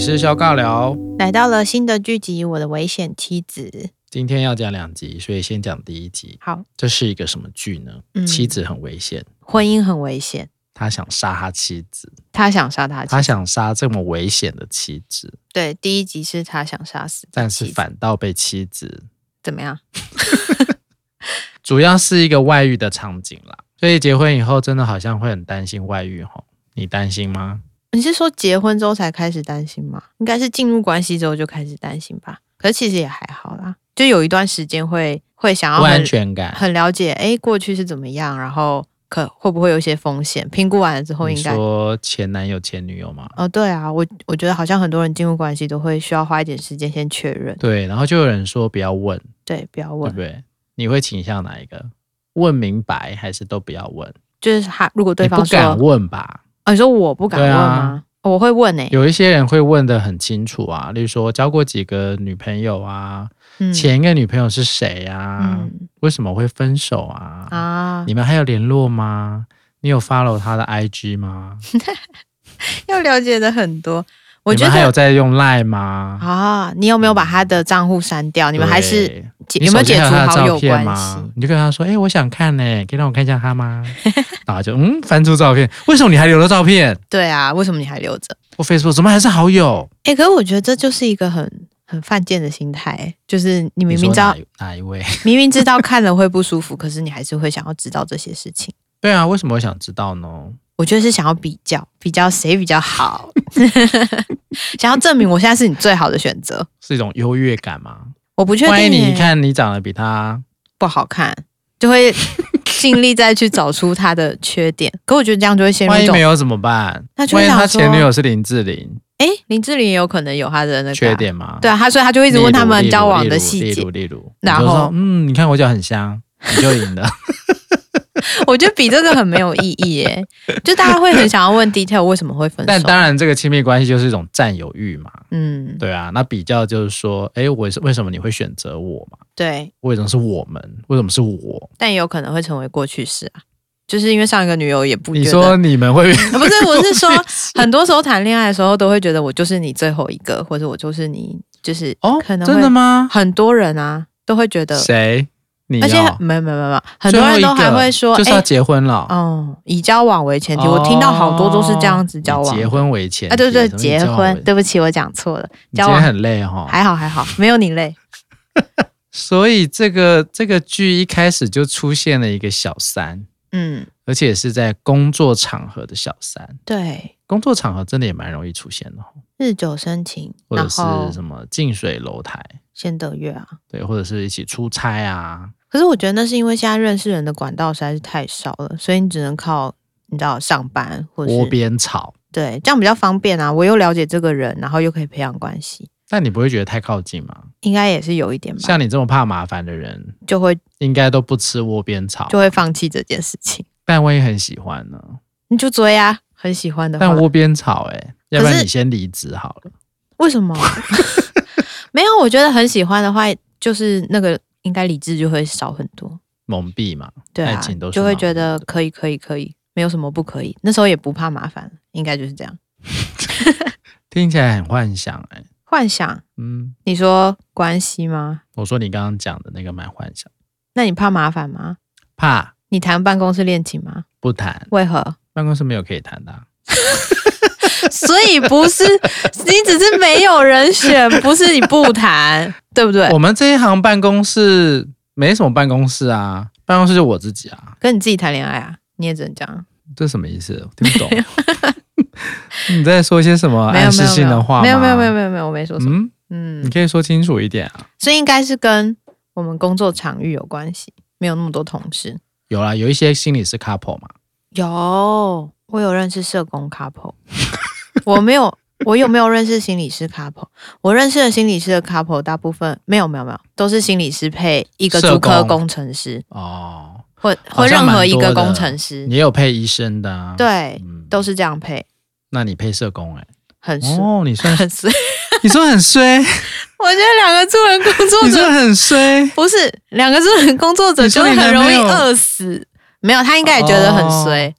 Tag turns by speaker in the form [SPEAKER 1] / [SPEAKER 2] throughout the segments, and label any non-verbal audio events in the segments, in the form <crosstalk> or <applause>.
[SPEAKER 1] 是肖尬聊，
[SPEAKER 2] 来到了新的剧集《我的危险妻子》。
[SPEAKER 1] 今天要讲两集，所以先讲第一集。
[SPEAKER 2] 好，
[SPEAKER 1] 这是一个什么剧呢？
[SPEAKER 2] 嗯
[SPEAKER 1] 妻子很危险，
[SPEAKER 2] 婚姻很危险，
[SPEAKER 1] 他想杀他妻子，
[SPEAKER 2] 他想杀他妻子。
[SPEAKER 1] 他想杀这么危险的妻子，
[SPEAKER 2] 对，第一集是他想杀死他妻子，
[SPEAKER 1] 但是反倒被妻子，
[SPEAKER 2] 怎么样？
[SPEAKER 1] 主要是一个外遇的场景啦。所以结婚以后，真的好像会很担心外遇吼。你担心吗？
[SPEAKER 2] 你是说结婚之后才开始担心吗？应该是进入关系之后就开始担心吧。可是其实也还好啦，就有一段时间会会想要
[SPEAKER 1] 不安
[SPEAKER 2] 很
[SPEAKER 1] 全感。
[SPEAKER 2] 很了解，哎，过去是怎么样，然后可会不会有一些风险？评估完了之后
[SPEAKER 1] 你
[SPEAKER 2] 应该。
[SPEAKER 1] 说前男友、前女友吗？
[SPEAKER 2] 哦，对啊，我我觉得好像很多人进入关系都会需要花一点时间先确认，
[SPEAKER 1] 对，然后就有人说不要问，
[SPEAKER 2] 对，不要
[SPEAKER 1] 对
[SPEAKER 2] 问
[SPEAKER 1] 不，对？你会倾向哪一个？问明白还是都不要问？
[SPEAKER 2] 就是他如果对
[SPEAKER 1] 你
[SPEAKER 2] 方
[SPEAKER 1] 不
[SPEAKER 2] 说，
[SPEAKER 1] 敢问吧？
[SPEAKER 2] 哦，你说我不敢
[SPEAKER 1] 对
[SPEAKER 2] 问
[SPEAKER 1] 啊
[SPEAKER 2] 吗？哦我会问欸诶、
[SPEAKER 1] 有一些人会问的很清楚啊，例如说交过几个女朋友啊，
[SPEAKER 2] 嗯
[SPEAKER 1] 前一个女朋友是谁啊，
[SPEAKER 2] 嗯
[SPEAKER 1] 为什么会分手啊？
[SPEAKER 2] 啊，
[SPEAKER 1] 你们还有联络吗？你有 follow 她的 IG 吗？
[SPEAKER 2] 要了解的很多。我
[SPEAKER 1] 你
[SPEAKER 2] 觉
[SPEAKER 1] 们还有
[SPEAKER 2] 得
[SPEAKER 1] 在用 Line 吗？
[SPEAKER 2] 啊，你有没有把他的账户删掉？你们还是
[SPEAKER 1] 对
[SPEAKER 2] 解
[SPEAKER 1] 你
[SPEAKER 2] 有没有
[SPEAKER 1] 手机
[SPEAKER 2] 解
[SPEAKER 1] 还
[SPEAKER 2] 除
[SPEAKER 1] 她的
[SPEAKER 2] 好
[SPEAKER 1] 照
[SPEAKER 2] 友
[SPEAKER 1] 片
[SPEAKER 2] 关
[SPEAKER 1] 吗
[SPEAKER 2] 系？？
[SPEAKER 1] 你就跟她说，哎、我想看呢、可以让我看一下她吗？ <laughs> 然后就嗯，翻出照片，为什么你还留了照片？
[SPEAKER 2] 对啊，为什么你还留着？
[SPEAKER 1] 我 Facebook 怎么还是好友？
[SPEAKER 2] 哎、可是我觉得这就是一个很很犯贱的心态、欸就是你明
[SPEAKER 1] 你
[SPEAKER 2] 明
[SPEAKER 1] 说
[SPEAKER 2] 知道
[SPEAKER 1] 哪一哪一位？ <laughs>
[SPEAKER 2] 明明知道看了会不舒服，可是你还是会想要知道这些事情。
[SPEAKER 1] 对啊，为什么我想知道呢？
[SPEAKER 2] 我觉得是想要比较，比较谁比较 <laughs> 好，想要证明我现在是你最好的选择。
[SPEAKER 1] 是一种优越感吗？
[SPEAKER 2] 我不确定、
[SPEAKER 1] 万一
[SPEAKER 2] 欸，
[SPEAKER 1] 你一看你长得比他，
[SPEAKER 2] 不好看，就会尽力再去找出他的
[SPEAKER 1] <laughs>
[SPEAKER 2] 缺点。可我觉得这样就会陷入
[SPEAKER 1] 万
[SPEAKER 2] 一
[SPEAKER 1] 一
[SPEAKER 2] 种
[SPEAKER 1] 没，有怎么办？
[SPEAKER 2] 那就会
[SPEAKER 1] 万一他
[SPEAKER 2] 想说
[SPEAKER 1] 前女友是林志玲，
[SPEAKER 2] 哎、林志玲也有可能有他的那个啊
[SPEAKER 1] 缺，点吗？
[SPEAKER 2] 对啊，他所以他就一
[SPEAKER 1] 例
[SPEAKER 2] 直
[SPEAKER 1] 如，
[SPEAKER 2] 问他
[SPEAKER 1] 例
[SPEAKER 2] 们
[SPEAKER 1] 如
[SPEAKER 2] 交往
[SPEAKER 1] 例
[SPEAKER 2] 的
[SPEAKER 1] 如
[SPEAKER 2] 细
[SPEAKER 1] 例
[SPEAKER 2] 节
[SPEAKER 1] 如，例如，
[SPEAKER 2] 然
[SPEAKER 1] 你就说
[SPEAKER 2] 后
[SPEAKER 1] 嗯，你看我脚很香，你就赢
[SPEAKER 2] <laughs>
[SPEAKER 1] 了。
[SPEAKER 2] 我觉得比这个很没有意义
[SPEAKER 1] <laughs>
[SPEAKER 2] 耶、就大家会很想要问 detail 为什么会分
[SPEAKER 1] 但
[SPEAKER 2] 手，
[SPEAKER 1] 当然，这个亲密关系就是一种占有欲嘛，
[SPEAKER 2] 嗯，
[SPEAKER 1] 对啊。那比较就是说，哎，我是为什么你会选择我嘛？
[SPEAKER 2] 对，
[SPEAKER 1] 为什么是我们？为什么是我？
[SPEAKER 2] 但也有可能会成为过去式啊，就是因为上一个女友也不
[SPEAKER 1] 你
[SPEAKER 2] 觉
[SPEAKER 1] 说
[SPEAKER 2] 得。
[SPEAKER 1] 你们会
[SPEAKER 2] 啊 <laughs> 不是，我
[SPEAKER 1] <laughs>
[SPEAKER 2] 是说，很多时候谈恋爱的时候都会觉得我就是你最后一个，或者我就是你，就是
[SPEAKER 1] <laughs> 哦
[SPEAKER 2] 可？能会
[SPEAKER 1] 真的吗？
[SPEAKER 2] 很多人啊都会觉得
[SPEAKER 1] 谁？你
[SPEAKER 2] 而且
[SPEAKER 1] 哦
[SPEAKER 2] 没有没有没有没有，很多人都还会说，
[SPEAKER 1] 最后一个就是要
[SPEAKER 2] 哎、
[SPEAKER 1] 结婚了。
[SPEAKER 2] 哦，以交往为前提，我听到好多都是这样子交往
[SPEAKER 1] 哦以
[SPEAKER 2] 的，
[SPEAKER 1] 结婚为前提
[SPEAKER 2] 哦啊，对对，
[SPEAKER 1] 什么以交
[SPEAKER 2] 结
[SPEAKER 1] 往
[SPEAKER 2] 婚
[SPEAKER 1] 为，
[SPEAKER 2] 对不起，我讲错了，
[SPEAKER 1] 你
[SPEAKER 2] 交
[SPEAKER 1] 今天
[SPEAKER 2] 往
[SPEAKER 1] 很累哈、
[SPEAKER 2] 还好还好，没有你累，
[SPEAKER 1] 所以这个这个剧一开始就出现了一个小三，
[SPEAKER 2] 嗯，
[SPEAKER 1] 而且是在工作场合的小三。
[SPEAKER 2] 对，
[SPEAKER 1] 工作场合真的也蛮容易出现的哦，
[SPEAKER 2] 日久生情，
[SPEAKER 1] 或
[SPEAKER 2] 然
[SPEAKER 1] 者是
[SPEAKER 2] 后
[SPEAKER 1] 什么近水楼台，
[SPEAKER 2] 先得月啊。
[SPEAKER 1] 对，或者是一起出差啊。
[SPEAKER 2] 可是我觉得那是因为现在认识人的管道实在是太少了，所以你只能靠你知道上班或
[SPEAKER 1] 窝
[SPEAKER 2] 是
[SPEAKER 1] 边草，
[SPEAKER 2] 对，这样比较方便啊。我又了解这个人，然后又可以培养关系，
[SPEAKER 1] 但你不会觉得太靠近吗？
[SPEAKER 2] 应该也是有一点吧，
[SPEAKER 1] 像你这么怕麻烦的人，
[SPEAKER 2] 就会
[SPEAKER 1] 应该都不吃窝边草
[SPEAKER 2] 就。会放弃这件事情。
[SPEAKER 1] 但万一很喜欢呢？
[SPEAKER 2] 你就追啊，很喜欢的话。
[SPEAKER 1] 但窝边草、欸，要不
[SPEAKER 2] 可
[SPEAKER 1] 然
[SPEAKER 2] 是
[SPEAKER 1] 你先离职好了。
[SPEAKER 2] 为什
[SPEAKER 1] <laughs>
[SPEAKER 2] 么？ <laughs> 没有，我觉得很喜欢的话，就是那个应该理智就会少很多。
[SPEAKER 1] 蒙蔽嘛，
[SPEAKER 2] 对
[SPEAKER 1] 爱
[SPEAKER 2] 啊
[SPEAKER 1] 情都，是
[SPEAKER 2] 就会
[SPEAKER 1] 盲
[SPEAKER 2] 觉
[SPEAKER 1] 目
[SPEAKER 2] 得
[SPEAKER 1] 的
[SPEAKER 2] 可以，可以，可以，没有什么不可以。那时候也不怕麻烦，应该就是这样。
[SPEAKER 1] 听起来很幻想哎、
[SPEAKER 2] 幻想，
[SPEAKER 1] 嗯，
[SPEAKER 2] 你说关系吗？
[SPEAKER 1] 我说你刚刚讲的那个蛮幻想，
[SPEAKER 2] 那你怕麻烦吗？
[SPEAKER 1] 怕
[SPEAKER 2] 你谈办公室恋情吗？
[SPEAKER 1] 不谈，
[SPEAKER 2] 为
[SPEAKER 1] <laughs>
[SPEAKER 2] 何？
[SPEAKER 1] 办公室没有可以谈的啊、
[SPEAKER 2] 所以不是你只是没有
[SPEAKER 1] <laughs>
[SPEAKER 2] 人选，不是你不谈，对不对？
[SPEAKER 1] 我们这一行办公室没什么办公室啊，办公室就我自己啊，
[SPEAKER 2] 跟你自己谈恋爱啊，你也只能这样。
[SPEAKER 1] 这什么意思？我听
[SPEAKER 2] <laughs>
[SPEAKER 1] 不懂。 <laughs> 你在说些什么
[SPEAKER 2] 没
[SPEAKER 1] 哦暗
[SPEAKER 2] 有没
[SPEAKER 1] 示
[SPEAKER 2] 有
[SPEAKER 1] 性的话吗？
[SPEAKER 2] 没有没有没有没有没有，我没说什么。
[SPEAKER 1] 嗯，
[SPEAKER 2] 嗯
[SPEAKER 1] 你可以说清楚一点啊。
[SPEAKER 2] 所以应该是跟我们工作场域有关系，没有那么多同事。
[SPEAKER 1] 有啦，有一些心理是 couple 嘛，
[SPEAKER 2] 有，我有认识社工 couple，我没有，我有没有认识心理师 couple？我认识的心理师的 couple 大部分没有没有没有，都是心理师配一个
[SPEAKER 1] 社
[SPEAKER 2] 主科
[SPEAKER 1] 工
[SPEAKER 2] 工程师，
[SPEAKER 1] 哦，
[SPEAKER 2] 或
[SPEAKER 1] 好
[SPEAKER 2] 或
[SPEAKER 1] 像
[SPEAKER 2] 任何一
[SPEAKER 1] 蛮多的
[SPEAKER 2] 个工程师，
[SPEAKER 1] 也有配医生的啊。，
[SPEAKER 2] 对，
[SPEAKER 1] 嗯
[SPEAKER 2] 都。是这样配，
[SPEAKER 1] 那你配社工哎、
[SPEAKER 2] 很衰、
[SPEAKER 1] 哦，你算
[SPEAKER 2] 很衰。
[SPEAKER 1] 你说很
[SPEAKER 2] <laughs>
[SPEAKER 1] 衰，
[SPEAKER 2] 我觉得两个助人工作
[SPEAKER 1] 你
[SPEAKER 2] 者
[SPEAKER 1] 说很衰。
[SPEAKER 2] 不是两个助人工作者
[SPEAKER 1] 你
[SPEAKER 2] 就
[SPEAKER 1] 说你
[SPEAKER 2] 是很容易
[SPEAKER 1] 男朋友
[SPEAKER 2] 饿死。没有，他应该也觉得很衰。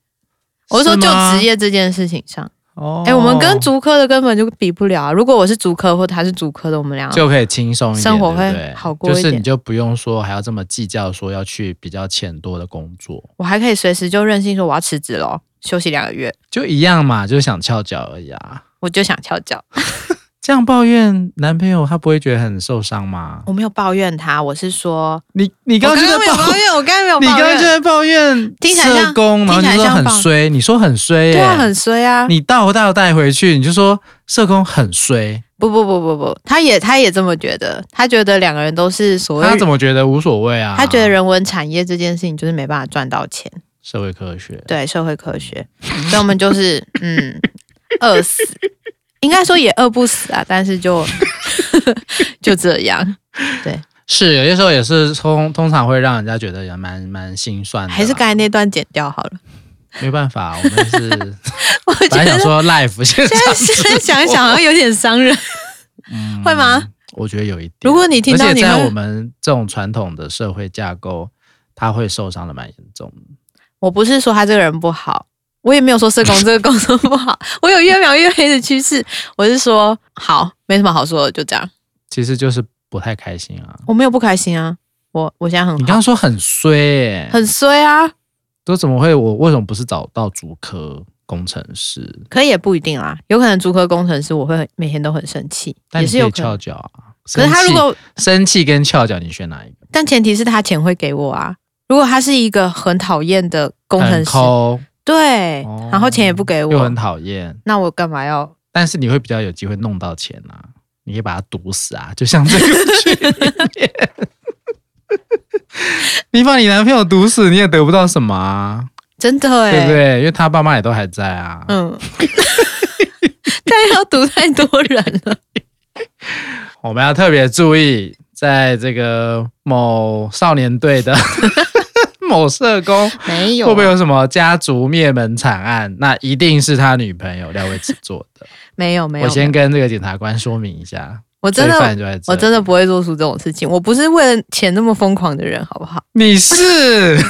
[SPEAKER 2] 我是说，
[SPEAKER 1] 是
[SPEAKER 2] 就
[SPEAKER 1] 吗
[SPEAKER 2] 职业这件事情上，
[SPEAKER 1] 哦
[SPEAKER 2] 哎、我们跟足科的根本就比不了、啊。如果我是足科或他是足科的，我们俩
[SPEAKER 1] 就可以轻松一点，
[SPEAKER 2] 生活
[SPEAKER 1] 对不
[SPEAKER 2] 会
[SPEAKER 1] 对
[SPEAKER 2] 好过一
[SPEAKER 1] 就是你
[SPEAKER 2] 点
[SPEAKER 1] 就不用说还要这么计较，说要去比较钱多的工作，
[SPEAKER 2] 我还可以随时就任性说我要辞职咯，休息两个月，
[SPEAKER 1] 就一样嘛，就是想翘脚而已啊。
[SPEAKER 2] 我就想翘脚。
[SPEAKER 1] 这样抱怨男朋友，他不会觉得很受伤吗？
[SPEAKER 2] 我没有抱怨他，我是说，
[SPEAKER 1] 你你刚
[SPEAKER 2] 我
[SPEAKER 1] 刚就
[SPEAKER 2] 刚
[SPEAKER 1] 在
[SPEAKER 2] 刚没有抱怨，我刚刚没有
[SPEAKER 1] 你
[SPEAKER 2] 抱
[SPEAKER 1] 刚刚
[SPEAKER 2] 怨，
[SPEAKER 1] 就在抱怨
[SPEAKER 2] 听起来像
[SPEAKER 1] 社工，然后你
[SPEAKER 2] 听起来
[SPEAKER 1] 说
[SPEAKER 2] 像
[SPEAKER 1] 很
[SPEAKER 2] 抱
[SPEAKER 1] 衰，你说很衰耶、
[SPEAKER 2] 对啊，很衰啊。
[SPEAKER 1] 你倒带带回去，你就说社工很衰，
[SPEAKER 2] 不不不不不，他也他也这么觉得，他觉得两个人都是所谓
[SPEAKER 1] 他怎么觉得无所谓啊？
[SPEAKER 2] 他觉得人文产业这件事情就是没办法赚到钱，
[SPEAKER 1] 社会科学
[SPEAKER 2] 对社会科学，所以我们就是嗯饿死，应该说也饿不死啊，但是就 <laughs> 就这样，
[SPEAKER 1] 嗯是有些时候也是通通常会让人家觉得也蛮蛮心酸的啦，
[SPEAKER 2] 还是刚才那段剪掉好了。
[SPEAKER 1] 没办法，我们
[SPEAKER 2] <laughs>
[SPEAKER 1] 是
[SPEAKER 2] 我觉
[SPEAKER 1] 本来想
[SPEAKER 2] 得
[SPEAKER 1] 说
[SPEAKER 2] <laughs>
[SPEAKER 1] life 现
[SPEAKER 2] 现在现在想一想好像有点伤人，
[SPEAKER 1] 嗯
[SPEAKER 2] <laughs> 会吗？
[SPEAKER 1] 我觉得有一点，
[SPEAKER 2] 如果你听到
[SPEAKER 1] 而且
[SPEAKER 2] 你
[SPEAKER 1] 在
[SPEAKER 2] 会
[SPEAKER 1] 我们这种传统的社会架构，他会受伤的蛮严重的。
[SPEAKER 2] 我不是说他这个人不好，我也没有说社工这个工作不好，我有越描越黑的趋势，我是说好，没什么好说的，就这样。
[SPEAKER 1] 其实就是不太开心啊。
[SPEAKER 2] 我没有不开心啊，我我现在很
[SPEAKER 1] 你
[SPEAKER 2] 好
[SPEAKER 1] 刚刚说很衰、欸，
[SPEAKER 2] 很衰啊，
[SPEAKER 1] 都怎么会？我为什么不是找到主科工程师？
[SPEAKER 2] 可也不一定啦，有可能足科工程师我会很每天都很生气，
[SPEAKER 1] 但
[SPEAKER 2] 也
[SPEAKER 1] 你
[SPEAKER 2] 是
[SPEAKER 1] 可
[SPEAKER 2] 有
[SPEAKER 1] 以
[SPEAKER 2] 可能
[SPEAKER 1] 翘。脚啊。
[SPEAKER 2] 可是他
[SPEAKER 1] 生
[SPEAKER 2] 如
[SPEAKER 1] 气
[SPEAKER 2] 果，
[SPEAKER 1] 生气跟翘脚，你选哪一个？
[SPEAKER 2] 但前提是他钱会给我啊。如果他是一个很讨厌的工程
[SPEAKER 1] 很
[SPEAKER 2] 师，
[SPEAKER 1] 抠，
[SPEAKER 2] 对，
[SPEAKER 1] 哦
[SPEAKER 2] 然后钱也不给
[SPEAKER 1] 又很
[SPEAKER 2] 我，
[SPEAKER 1] 讨厌，
[SPEAKER 2] 那我干嘛要？
[SPEAKER 1] 但是你会比较有机会弄到钱啊。你可以把它堵死啊，就像这个剧里面， <laughs> 你把你男朋友堵死，你也得不到什么啊，
[SPEAKER 2] 真的哎、
[SPEAKER 1] 对不对？因为他爸妈也都还在啊。
[SPEAKER 2] 嗯， <laughs> 但要毒太多人了。
[SPEAKER 1] 我们要特别注意，在这个某少年队的 <laughs> 某社工
[SPEAKER 2] <laughs> 没有啊
[SPEAKER 1] 会不会有什么家族灭门惨案？那一定是他女朋友廖伟慈做的。
[SPEAKER 2] 没有没有，
[SPEAKER 1] 我先跟这个检察官说明一下，
[SPEAKER 2] 我真
[SPEAKER 1] 罪犯
[SPEAKER 2] 的
[SPEAKER 1] 就在这。
[SPEAKER 2] 我真的不会做出这种事情，我不是为了钱那么疯狂的人，好不好？
[SPEAKER 1] 你是
[SPEAKER 2] 没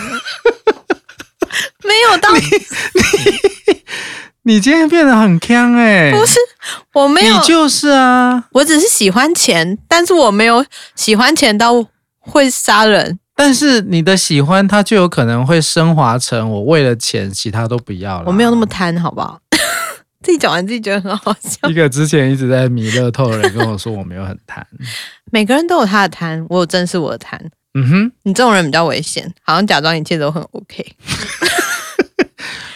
[SPEAKER 1] <laughs>
[SPEAKER 2] 有到
[SPEAKER 1] 你今天变得很强哎、
[SPEAKER 2] 不是，我没有
[SPEAKER 1] 你，就是啊。
[SPEAKER 2] 我只是喜欢钱，但是我没有喜欢钱到会杀人。
[SPEAKER 1] 但是你的喜欢，他就有可能会升华成我为了钱，其他都不要了。
[SPEAKER 2] 我没有那么贪，好不好？ <laughs> 自己讲完自己觉得很好笑。
[SPEAKER 1] 一个之前一直在迷乐透的人跟我说我没有很贪。
[SPEAKER 2] 每个人都有他的贪，我有正视我的贪。
[SPEAKER 1] <laughs> 嗯哼，
[SPEAKER 2] 你这种人比较危险，好像假装一切都很 OK。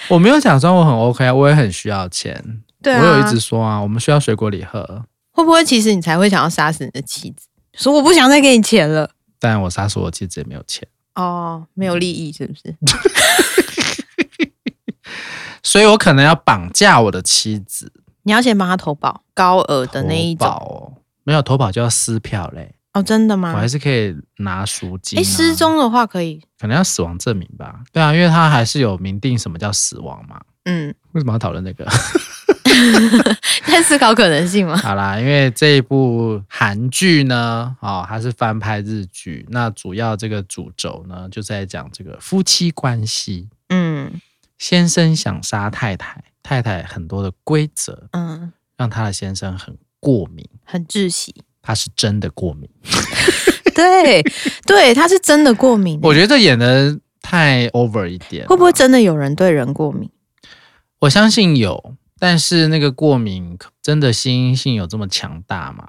[SPEAKER 1] 我没有假装我很 OK 啊，我也很需要钱。
[SPEAKER 2] 对啊，
[SPEAKER 1] 我有一直说啊，我们需要水果礼盒，
[SPEAKER 2] 会不会其实你才会想要杀死你的妻子？说我不想再给你钱了。
[SPEAKER 1] 但我杀死我妻子也没有钱，
[SPEAKER 2] 哦，没有利益是不是？
[SPEAKER 1] 嗯所以我可能要绑架我的妻子
[SPEAKER 2] 你要先帮他投保高额的那一
[SPEAKER 1] 投
[SPEAKER 2] 种
[SPEAKER 1] 保哦，没有投保就要撕票嘞，
[SPEAKER 2] 哦，真的
[SPEAKER 1] 我
[SPEAKER 2] 吗？
[SPEAKER 1] 还是可以拿赎金、
[SPEAKER 2] 哎、
[SPEAKER 1] 啊。
[SPEAKER 2] 失踪的话可以，
[SPEAKER 1] 可能要死亡证明吧？对啊，因为他还是有明定什么叫死亡嘛。
[SPEAKER 2] 嗯， <laughs>
[SPEAKER 1] 为什么要讨论这个？
[SPEAKER 2] 在思考可能性
[SPEAKER 1] <laughs>
[SPEAKER 2] 吗？
[SPEAKER 1] 好啦，因为这一部韩剧呢，哦，它是翻拍日剧，那主要这个主轴呢，就在讲这个夫妻关系。
[SPEAKER 2] 嗯
[SPEAKER 1] 先生想杀太太，太太很多的规则
[SPEAKER 2] 嗯，
[SPEAKER 1] 让她的先生很过敏，
[SPEAKER 2] 很窒
[SPEAKER 1] <laughs>
[SPEAKER 2] 息。
[SPEAKER 1] 他是真的过敏。
[SPEAKER 2] 对对，他是真的过敏欸。
[SPEAKER 1] 我觉得这演的太 over 一点了，啊
[SPEAKER 2] 会不会真的有人对人过敏？
[SPEAKER 1] 我相信有，但是那个过敏真的心因性有这么强大吗？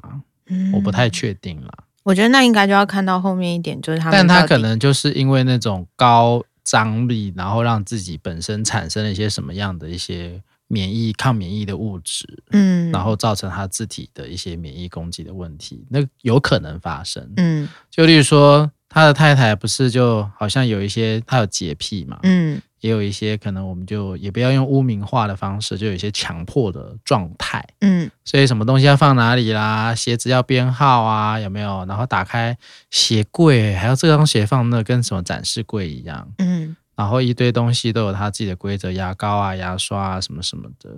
[SPEAKER 2] 嗯
[SPEAKER 1] 我不太，确定啦。
[SPEAKER 2] 我觉得那应该就要看到后面一点，就是他们
[SPEAKER 1] 但他
[SPEAKER 2] 到底
[SPEAKER 1] 可能就是因为那种高张力，然后让自己本身产生了一些什么样的一些免疫抗免疫的物质，
[SPEAKER 2] 嗯，
[SPEAKER 1] 然后造成他自体的一些免疫攻击的问题，那有可能发生。
[SPEAKER 2] 嗯
[SPEAKER 1] 就例如说，他的太太不是就好像有一些他有洁癖嘛，
[SPEAKER 2] 嗯
[SPEAKER 1] 也有一些可能我们就也不要用污名化的方式，就有一些强迫的状态。
[SPEAKER 2] 嗯
[SPEAKER 1] 所以什么东西要放哪里啦，鞋子要编号啊，有没有？然后打开鞋柜，还要这双鞋放那，跟什么展示柜一样。
[SPEAKER 2] 嗯，
[SPEAKER 1] 然后一堆东西都有它自己的规则，牙膏啊、牙刷啊什么什么的。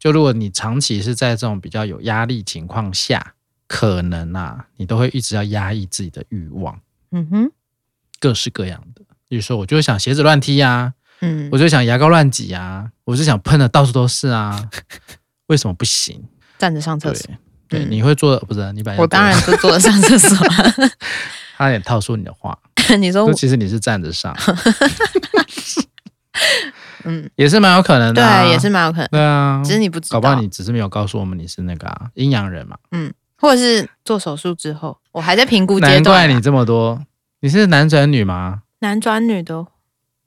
[SPEAKER 1] 就如果你长期是在这种比较有压力情况下，可能啊，你都会一直要压抑自己的欲望，
[SPEAKER 2] 嗯哼，
[SPEAKER 1] 各式各样的。比如说，我就想鞋子乱踢啊，
[SPEAKER 2] 嗯
[SPEAKER 1] 我就想牙膏乱挤啊，我就想喷的到处都是啊。为什么不行？
[SPEAKER 2] 站着上
[SPEAKER 1] 对
[SPEAKER 2] 厕所。
[SPEAKER 1] 对，
[SPEAKER 2] 嗯
[SPEAKER 1] 你会做不是？你把人家
[SPEAKER 2] 我当然就坐着上厕
[SPEAKER 1] <laughs>
[SPEAKER 2] 所。 <laughs>
[SPEAKER 1] 他也套出你的话，
[SPEAKER 2] 你说
[SPEAKER 1] 就
[SPEAKER 2] 哦我
[SPEAKER 1] 其实你是站着上，
[SPEAKER 2] <laughs> 嗯，
[SPEAKER 1] <laughs> 也是蛮有可能的、啊，
[SPEAKER 2] 对，也是蛮有可能，
[SPEAKER 1] 对啊，
[SPEAKER 2] 只是你不知
[SPEAKER 1] 搞不好
[SPEAKER 2] 道，
[SPEAKER 1] 你只是没有告诉我们你是那个啊阴阳人嘛，
[SPEAKER 2] 或者是做手术之后，我还在评估阶
[SPEAKER 1] 难怪
[SPEAKER 2] 段啊。
[SPEAKER 1] 你这么多，你是男转女吗？
[SPEAKER 2] 男转女都，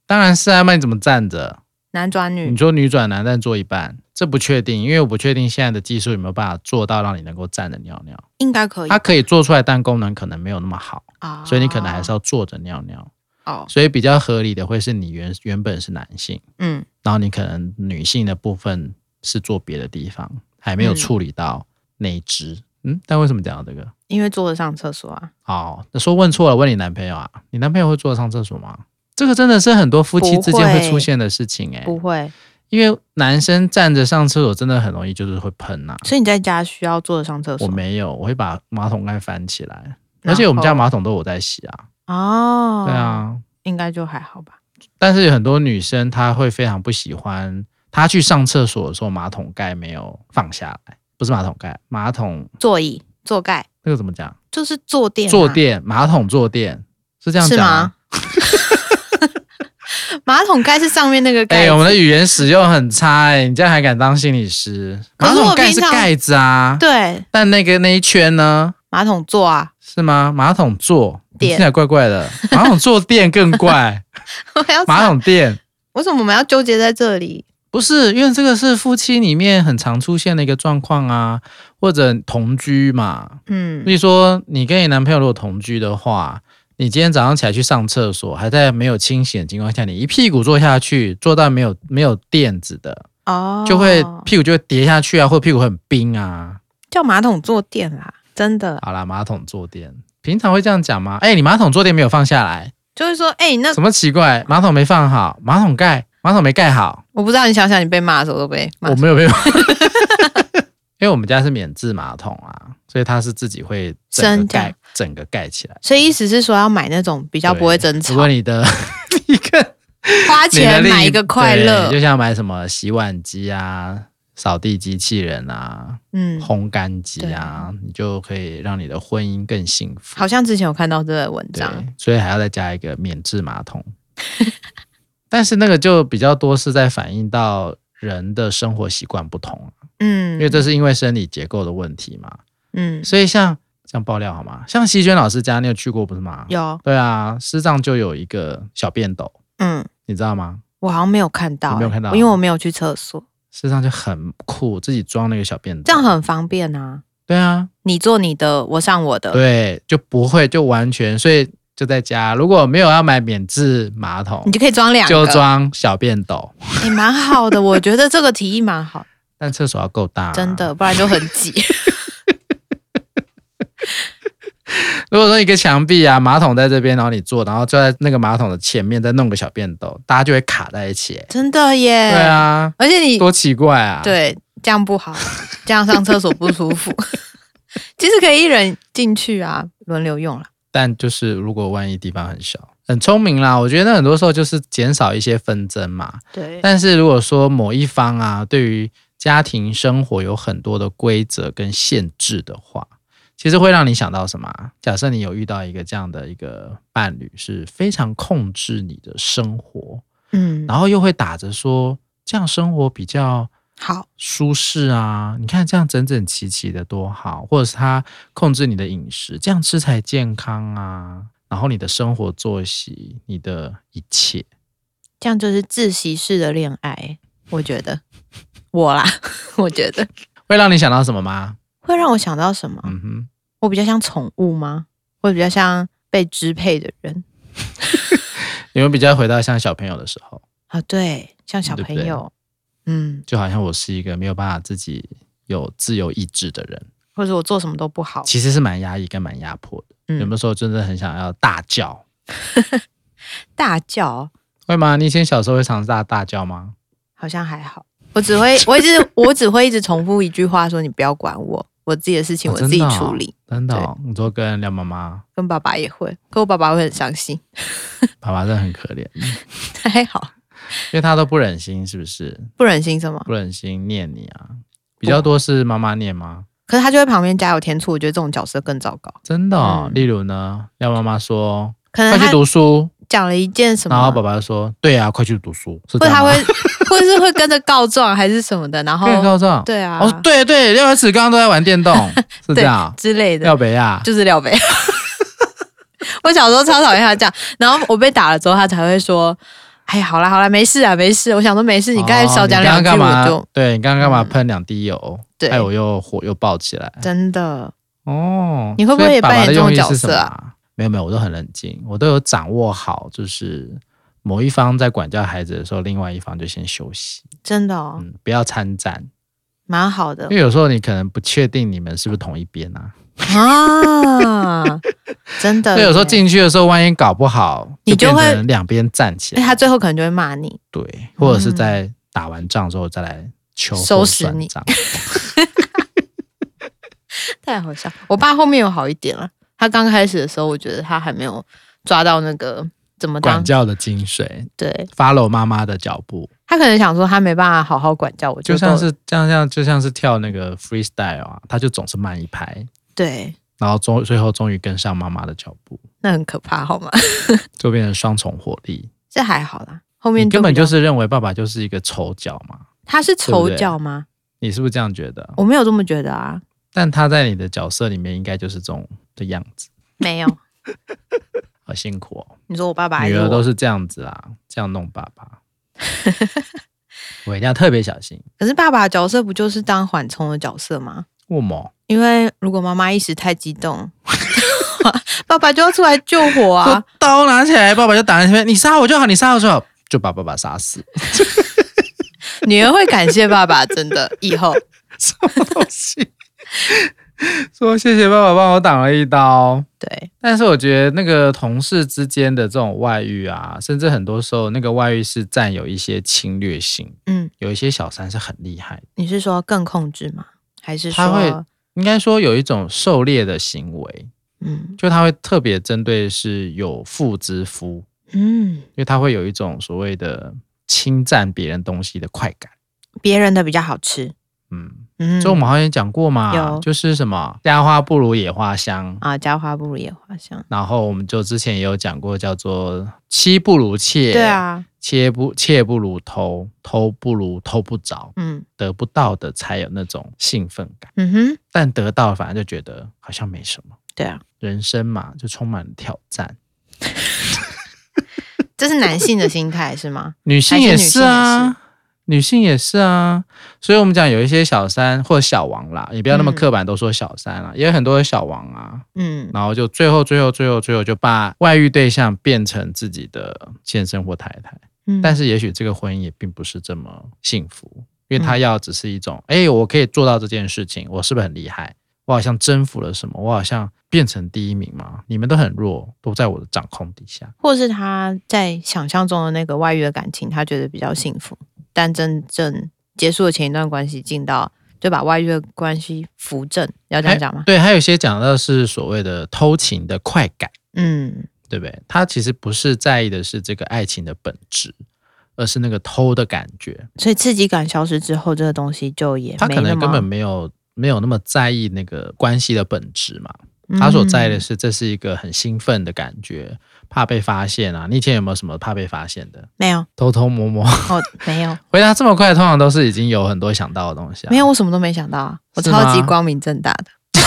[SPEAKER 1] 当然是啊，那你怎么站着？
[SPEAKER 2] 男转女
[SPEAKER 1] 你说女转男，但做一半，这不确定，因为我不确定现在的技术有没有办法做到让你能够站着尿尿。
[SPEAKER 2] 应该可以
[SPEAKER 1] 它可以做出来，但功能可能没有那么好，
[SPEAKER 2] 啊，
[SPEAKER 1] 所以你可能还是要坐着尿尿。
[SPEAKER 2] 哦，
[SPEAKER 1] 所以比较合理的会是你原原本是男性，
[SPEAKER 2] 嗯
[SPEAKER 1] 然后你可能女性的部分是做别的地方，还没有
[SPEAKER 2] 嗯
[SPEAKER 1] 处理到那一只。嗯，但为什么讲到这个？
[SPEAKER 2] 因为坐着上厕所啊，
[SPEAKER 1] 哦，那说问错了，问你男朋友啊，你男朋友会坐着上厕所吗？这个真的是很多夫妻之间
[SPEAKER 2] 不会
[SPEAKER 1] 会出现的事情哎、
[SPEAKER 2] 不会，
[SPEAKER 1] 因为男生站着上厕所真的很容易就是会喷呐、
[SPEAKER 2] 所以你在家需要坐着上厕所
[SPEAKER 1] 我。没有，我会把马桶盖翻起来，
[SPEAKER 2] 然
[SPEAKER 1] 而且我们家
[SPEAKER 2] 后
[SPEAKER 1] 马桶都我在洗啊。
[SPEAKER 2] 哦，
[SPEAKER 1] 对，啊，
[SPEAKER 2] 应该就还好吧。
[SPEAKER 1] 但是有很多女生她会非常不喜欢，她去上厕所的时候马桶盖没有放下来，不是马桶盖，马桶
[SPEAKER 2] 座椅、座盖
[SPEAKER 1] 那个怎么讲？
[SPEAKER 2] 就是坐垫、啊，
[SPEAKER 1] 坐垫，马桶坐垫是这样
[SPEAKER 2] 是
[SPEAKER 1] 讲啊
[SPEAKER 2] 吗？？ <laughs> 马桶盖是上面那个
[SPEAKER 1] 哎、
[SPEAKER 2] 盖子，
[SPEAKER 1] 我们的语言使用很差哎、你这样还敢当心理师？
[SPEAKER 2] 可
[SPEAKER 1] 马
[SPEAKER 2] 是我
[SPEAKER 1] 桶盖是
[SPEAKER 2] 平常
[SPEAKER 1] 盖子啊，
[SPEAKER 2] 对
[SPEAKER 1] 但那个那一圈呢？
[SPEAKER 2] 马桶座啊， <laughs>
[SPEAKER 1] 是吗？马桶座
[SPEAKER 2] 垫
[SPEAKER 1] 听起来怪怪的，马桶坐垫更
[SPEAKER 2] <laughs>
[SPEAKER 1] 怪，
[SPEAKER 2] 我要
[SPEAKER 1] 马桶垫
[SPEAKER 2] 为什么我们要纠结在这里？
[SPEAKER 1] 不是，因为这个是夫妻里面很常出现的一个状况啊，或者同居嘛。
[SPEAKER 2] 嗯
[SPEAKER 1] 所，以说，你跟你男朋友如果同居的话，你今天早上起来去上厕所，还在没有清醒的情况下，你一屁股坐下去，坐到没有没有垫子的，
[SPEAKER 2] 哦，
[SPEAKER 1] 就会屁股就会跌下去啊，或者屁股很冰啊。
[SPEAKER 2] 叫马桶坐垫啦，真的
[SPEAKER 1] 好啦，马桶坐垫，平常会这样讲吗？哎、你马桶坐垫没有放下来，
[SPEAKER 2] 就是说，哎、那
[SPEAKER 1] 什么奇怪？马桶没放好，马桶盖，马桶没盖好，
[SPEAKER 2] 我不知道，你想想，你被骂的时候都被骂
[SPEAKER 1] 我没有没有。 <laughs> 因为我们家是免治马桶啊，所以它是自己会整个
[SPEAKER 2] 真假
[SPEAKER 1] 盖整个盖起来，
[SPEAKER 2] 所以意思是说要买那种比
[SPEAKER 1] 比
[SPEAKER 2] 较不会争吵
[SPEAKER 1] 如，果你的 <laughs> 一个
[SPEAKER 2] 花
[SPEAKER 1] 你的
[SPEAKER 2] 钱
[SPEAKER 1] 另
[SPEAKER 2] 买一个快
[SPEAKER 1] 对
[SPEAKER 2] 乐，
[SPEAKER 1] 就像买什么洗碗机啊、扫地机器人啊、
[SPEAKER 2] 嗯，
[SPEAKER 1] 烘干机啊，你就可以让你的婚姻更幸福。
[SPEAKER 2] 好像之前有看到这个文
[SPEAKER 1] 对
[SPEAKER 2] 章，，
[SPEAKER 1] 所以还要再加一个免治马桶。 <laughs> 但是那个就比较多是在反映到人的生活习惯不同，啊
[SPEAKER 2] 嗯，
[SPEAKER 1] 因为这是因为生理结构的问题嘛。
[SPEAKER 2] 嗯
[SPEAKER 1] 所以像这样爆料好吗？像席娟老师家，你有去过不是吗？。
[SPEAKER 2] 有
[SPEAKER 1] 对啊，师丈就有一个小便斗，
[SPEAKER 2] 嗯，
[SPEAKER 1] 你知道吗？
[SPEAKER 2] 我好像没有看到、
[SPEAKER 1] 你没有看到啊
[SPEAKER 2] 欸因为我没有去厕所，
[SPEAKER 1] 师丈就很酷，自己装那个小便斗，
[SPEAKER 2] 这样很方便啊。
[SPEAKER 1] 对啊，
[SPEAKER 2] 你做你的，我上我的，
[SPEAKER 1] 对，就不会就完全，所以就在家，如果没有要买免治马桶
[SPEAKER 2] 你，就可以装两
[SPEAKER 1] 就
[SPEAKER 2] 个， <laughs>
[SPEAKER 1] 装小便斗。
[SPEAKER 2] 也、蛮好的。我觉得这个提议
[SPEAKER 1] <laughs>
[SPEAKER 2] 蛮好，
[SPEAKER 1] 但厕所要够大、啊
[SPEAKER 2] 真。的，不然就很
[SPEAKER 1] <laughs>
[SPEAKER 2] 挤。
[SPEAKER 1] 如果说一个墙壁啊，马桶在这边，然后你坐，然后就在那个马桶的前面再弄个小便斗，大家就会卡在一起、欸
[SPEAKER 2] 真的耶。
[SPEAKER 1] 对，啊，
[SPEAKER 2] 而且你
[SPEAKER 1] 多奇怪啊！，
[SPEAKER 2] 对这样
[SPEAKER 1] <laughs>
[SPEAKER 2] 不好，这样上厕所不舒服。 <laughs> 其实可以一人进去啊，轮流用啦。
[SPEAKER 1] 但就是如果万一地方很小，很聪明啦，我觉得很多时候就是减少一些纷争嘛。
[SPEAKER 2] 对，
[SPEAKER 1] 但是如果说某一方啊，对于家庭生活有很多的规则跟限制的话，其实会让你想到什么啊？假设你有遇到一个这样的一个伴侣，是非常控制你的生活，
[SPEAKER 2] 嗯，
[SPEAKER 1] 然后又会打着说这样生活比较
[SPEAKER 2] 好，
[SPEAKER 1] 舒适啊，你看这样整整齐齐的多好，或者是他控制你的饮食，这样吃才健康啊。然后你的生活作息，你的一切，
[SPEAKER 2] 这样就是自习式的恋爱，我觉得我啦， <laughs> 我觉得
[SPEAKER 1] 会让你想到什么吗？
[SPEAKER 2] 会让我想到什么？
[SPEAKER 1] 嗯哼，
[SPEAKER 2] 我比较像宠物吗？我比较像被支配的人
[SPEAKER 1] 你们比较回到像小朋友的时候，
[SPEAKER 2] 啊？对，像小
[SPEAKER 1] 对不
[SPEAKER 2] 朋
[SPEAKER 1] 对
[SPEAKER 2] 友，嗯，
[SPEAKER 1] 就好像我是一个没有办法自己有自由意志的人，
[SPEAKER 2] 或者我做什么都不好，
[SPEAKER 1] 其实是蛮压抑跟蛮压迫的。有没
[SPEAKER 2] 哦嗯，
[SPEAKER 1] 有时候真的很想要大叫？
[SPEAKER 2] 大叫
[SPEAKER 1] 会吗？你以前小时候会常大大叫吗？
[SPEAKER 2] 好像还好，我只会，我
[SPEAKER 1] <laughs>
[SPEAKER 2] 一直，我只会一直重复一句话，说你不要管我，我自己的事情
[SPEAKER 1] 哦
[SPEAKER 2] 我自己
[SPEAKER 1] 真的哦
[SPEAKER 2] 处理。
[SPEAKER 1] 真的、哦，你说跟廖妈妈、
[SPEAKER 2] 跟爸爸也会，可我爸爸会很伤心。 <laughs>
[SPEAKER 1] 爸爸真的很可怜，
[SPEAKER 2] 还好，
[SPEAKER 1] 因为他都不忍心，是不是？
[SPEAKER 2] 嗯不忍心什么？
[SPEAKER 1] 不忍心念你啊，比较多是妈妈念吗？
[SPEAKER 2] 可是他就会旁边加油添醋，我觉得这种角色更糟糕。
[SPEAKER 1] 真的、哦，
[SPEAKER 2] 嗯
[SPEAKER 1] 例如呢，要妈妈说
[SPEAKER 2] 可能
[SPEAKER 1] 快去
[SPEAKER 2] 他
[SPEAKER 1] 读书，
[SPEAKER 2] 讲了一件什么，
[SPEAKER 1] 然后爸爸就说对啊，快去读书，是这
[SPEAKER 2] 或者
[SPEAKER 1] 样
[SPEAKER 2] 他
[SPEAKER 1] 吗
[SPEAKER 2] 会，或者是会跟着告状还是什么的，然后
[SPEAKER 1] 跟你告状。
[SPEAKER 2] 对啊，
[SPEAKER 1] 哦，对对，廖伟慈刚刚都在玩电动，
[SPEAKER 2] <laughs>
[SPEAKER 1] 是这样。
[SPEAKER 2] 之类的，
[SPEAKER 1] 廖北亚，
[SPEAKER 2] 就是廖北。 <laughs> 我小时候超讨厌他这样，然后我被打了之后，他才会说：“哎呀，好啦好啦，没事啊，没事。”我想说没事，你刚才少讲
[SPEAKER 1] 哦
[SPEAKER 2] 两
[SPEAKER 1] 你
[SPEAKER 2] 句
[SPEAKER 1] 刚刚
[SPEAKER 2] 我
[SPEAKER 1] 干
[SPEAKER 2] 就
[SPEAKER 1] 嘛？哎对你刚刚干嘛
[SPEAKER 2] 嗯
[SPEAKER 1] 喷两滴油？
[SPEAKER 2] 对
[SPEAKER 1] 害我又火又爆起来。
[SPEAKER 2] 真的
[SPEAKER 1] 哦，
[SPEAKER 2] 你会不会
[SPEAKER 1] 所以
[SPEAKER 2] 也
[SPEAKER 1] 爸爸
[SPEAKER 2] 扮演
[SPEAKER 1] 的
[SPEAKER 2] 这种
[SPEAKER 1] 用意
[SPEAKER 2] 角
[SPEAKER 1] 是什
[SPEAKER 2] 色
[SPEAKER 1] 么
[SPEAKER 2] 啊
[SPEAKER 1] 啊？没有没有，我都很冷静，我都有掌握好，就是某一方在管教孩子的时候，另外一方就先休息，
[SPEAKER 2] 真的哦，
[SPEAKER 1] 嗯，不嗯要参战，
[SPEAKER 2] 蛮好的
[SPEAKER 1] 因为有时候你可能不确定你们是不是同一边啊。
[SPEAKER 2] 啊，真的耶。
[SPEAKER 1] 所以有时候进去的时候，万一搞不好，
[SPEAKER 2] 你就
[SPEAKER 1] 变
[SPEAKER 2] 会
[SPEAKER 1] 成两边站起
[SPEAKER 2] 哎，
[SPEAKER 1] 来，
[SPEAKER 2] 他最后可能就会骂你。
[SPEAKER 1] 对，或者是在打完仗之后再来求
[SPEAKER 2] 收
[SPEAKER 1] 后
[SPEAKER 2] 拾
[SPEAKER 1] 算
[SPEAKER 2] 你
[SPEAKER 1] 账
[SPEAKER 2] 太好笑。我爸后面有好一点了，他刚开始的时候，我觉得他还没有抓到那个怎么
[SPEAKER 1] <laughs> 管
[SPEAKER 2] 当，
[SPEAKER 1] 教的精髓
[SPEAKER 2] 对
[SPEAKER 1] ，follow 妈妈的脚步，
[SPEAKER 2] 他可能想说他没办法好好管教我，
[SPEAKER 1] 就
[SPEAKER 2] 都
[SPEAKER 1] 像是这样像就像是跳那个 freestyle 啊，他就总是慢一拍，
[SPEAKER 2] 对，
[SPEAKER 1] 然后终最后终于跟上妈妈的脚步，
[SPEAKER 2] 那很可怕，好吗？
[SPEAKER 1] 就变成双重火力。
[SPEAKER 2] 这还好啦，后面
[SPEAKER 1] 你根本
[SPEAKER 2] 比较
[SPEAKER 1] 就是认为爸爸就是一个丑角嘛，
[SPEAKER 2] 他是
[SPEAKER 1] 对不
[SPEAKER 2] 丑
[SPEAKER 1] 对
[SPEAKER 2] 角吗？
[SPEAKER 1] 你是不是这样觉得？
[SPEAKER 2] 我没有这么觉得啊，
[SPEAKER 1] 但他在你的角色里面应该就是这种的样子，
[SPEAKER 2] <laughs> 没有。
[SPEAKER 1] 好辛苦哦。
[SPEAKER 2] 你说我爸爸还
[SPEAKER 1] 女
[SPEAKER 2] 是
[SPEAKER 1] 儿
[SPEAKER 2] 我？
[SPEAKER 1] 都是这样子啊，这样弄爸爸，
[SPEAKER 2] <laughs>
[SPEAKER 1] 我一定要特别小心。
[SPEAKER 2] 可是爸爸的角色不就是当缓冲的角色吗？
[SPEAKER 1] 为毛？
[SPEAKER 2] 因为如果妈妈一时太激动， <laughs> 爸爸就要出来救火啊
[SPEAKER 1] 说！刀拿起来，爸爸就挡在前面，你杀我就好，你杀我就好，就把爸爸杀 <laughs> 死。
[SPEAKER 2] 女儿会感谢爸爸，真的。以后
[SPEAKER 1] 什么东西？说谢谢爸爸帮我挡了一刀。
[SPEAKER 2] 对
[SPEAKER 1] 但是我觉得那个同事之间的这种外遇啊，甚至很多时候那个外遇是占有一些侵略性，
[SPEAKER 2] 嗯，
[SPEAKER 1] 有一些小三是很厉害的，
[SPEAKER 2] 你是说更控制吗？还是
[SPEAKER 1] 他会
[SPEAKER 2] 说
[SPEAKER 1] 应该说有一种狩猎的行为，
[SPEAKER 2] 嗯
[SPEAKER 1] 就他会特别针对是有妇之夫，
[SPEAKER 2] 嗯
[SPEAKER 1] 因为他会有一种所谓的侵占别人东西的快感。
[SPEAKER 2] 别人的比较好吃？
[SPEAKER 1] 嗯，
[SPEAKER 2] 嗯，
[SPEAKER 1] 这我们好像也讲过嘛，
[SPEAKER 2] 有
[SPEAKER 1] 就是什么家花不如野花香，
[SPEAKER 2] 啊，家花不如野花香。
[SPEAKER 1] 然后我们就之前也有讲过，叫做妻不如妾，
[SPEAKER 2] 对，啊，
[SPEAKER 1] 妾不妾不如偷，偷不如偷不着，
[SPEAKER 2] 嗯
[SPEAKER 1] 得不到的才有那种兴奋感，
[SPEAKER 2] 嗯哼，
[SPEAKER 1] 但得到了反而就觉得好像没什么。
[SPEAKER 2] 对啊，
[SPEAKER 1] 人生嘛，就充满了挑战。
[SPEAKER 2] 这是男性的心态是吗？
[SPEAKER 1] 女性也是
[SPEAKER 2] 还是女性也
[SPEAKER 1] 啊，女性也是啊，所以我们讲有一些小三或小王啦，也不要那么
[SPEAKER 2] 嗯
[SPEAKER 1] 刻板都说小三啦，也有很多的小王啊，
[SPEAKER 2] 嗯，
[SPEAKER 1] 然后就最后最后最后最后就把外遇对象变成自己的先生或太太。
[SPEAKER 2] 嗯
[SPEAKER 1] 但是也许这个婚姻也并不是这么幸福，因为
[SPEAKER 2] 嗯
[SPEAKER 1] 他要只是一种，哎、我可以做到这件事情，我是不是很厉害？我好像征服了什么？我好像变成第一名嘛？你们都很弱，都在我的掌控底下。
[SPEAKER 2] 或是他在想象中的那个外遇的感情，他觉得比较幸福，但真正结束的前一段关系，进到就把外遇的关系扶正，要这样哎讲吗？
[SPEAKER 1] 对，还有一些讲到是所谓的偷情的快感，
[SPEAKER 2] 嗯，
[SPEAKER 1] 对不对？他其实不是在意的是这个爱情的本质，而是那个偷的感觉。
[SPEAKER 2] 所以刺激感消失之后，这个东西就也
[SPEAKER 1] 他
[SPEAKER 2] 没
[SPEAKER 1] 可
[SPEAKER 2] 那
[SPEAKER 1] 能根
[SPEAKER 2] 么
[SPEAKER 1] 本没有没有那么在意那个关系的本质嘛。
[SPEAKER 2] 嗯
[SPEAKER 1] 他所在意的是这是一个很兴奋的感觉，怕被发现啊。你以前有没有什么怕被发现的？
[SPEAKER 2] 没有
[SPEAKER 1] 偷偷摸摸
[SPEAKER 2] 哦，没 <laughs> 有
[SPEAKER 1] <laughs> 回答这么快，通常都是已经有很多想到的东西、啊。
[SPEAKER 2] 没有，我什么都没想到啊，我
[SPEAKER 1] 是吗
[SPEAKER 2] 超级光明正大的，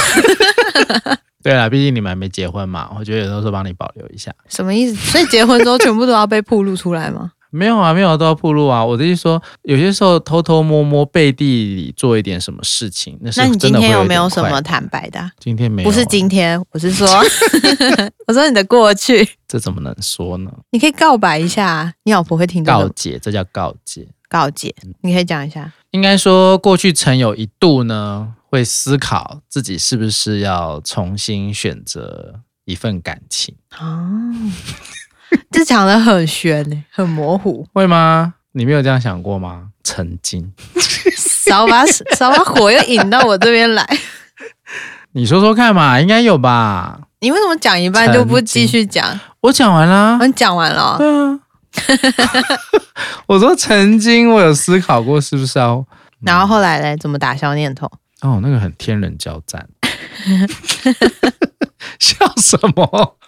[SPEAKER 1] 对啦，毕竟你们还没结婚嘛，我觉得有的时候帮你保留一下。
[SPEAKER 2] 什么意思？所以结婚之后全部都要被暴露出来 <laughs> 吗？
[SPEAKER 1] 没有啊，没有啊都要铺路啊。我的意思说，有些时候偷偷摸摸背地里做一点什么事情，那是
[SPEAKER 2] 那你
[SPEAKER 1] 真
[SPEAKER 2] 今
[SPEAKER 1] 的会
[SPEAKER 2] 天有
[SPEAKER 1] 一
[SPEAKER 2] 没
[SPEAKER 1] 点
[SPEAKER 2] 有什
[SPEAKER 1] 快
[SPEAKER 2] 么
[SPEAKER 1] 乐？
[SPEAKER 2] 坦白的啊、
[SPEAKER 1] 今天没有、
[SPEAKER 2] 不是，今天，我是说， <laughs> 我说你的过去。
[SPEAKER 1] 这怎么能说呢？
[SPEAKER 2] 你可以告白一下啊，你老婆会听到
[SPEAKER 1] 告
[SPEAKER 2] 的。
[SPEAKER 1] 解，这叫告解。
[SPEAKER 2] 告解，你可以讲一下。
[SPEAKER 1] 应该说，过去曾有一度呢，会思考自己是不是要重新选择一份感情，
[SPEAKER 2] 哦， <laughs> 这讲的很悬呢，很模糊，
[SPEAKER 1] 会吗？你没有这样想过吗？曾经，
[SPEAKER 2] 少把少把火又引到我这边来。
[SPEAKER 1] 你说说看嘛，应该有吧？
[SPEAKER 2] 你为什么讲一半就不继续讲？
[SPEAKER 1] 我讲完啦
[SPEAKER 2] 我、。啊你讲完了
[SPEAKER 1] 嗯
[SPEAKER 2] <laughs> 哦，
[SPEAKER 1] 对啊，我说曾经我有思考过是不是要
[SPEAKER 2] 然后后来嘞，怎么打消念头？
[SPEAKER 1] 哦，那个很天人交战，, <laughs> 笑什么？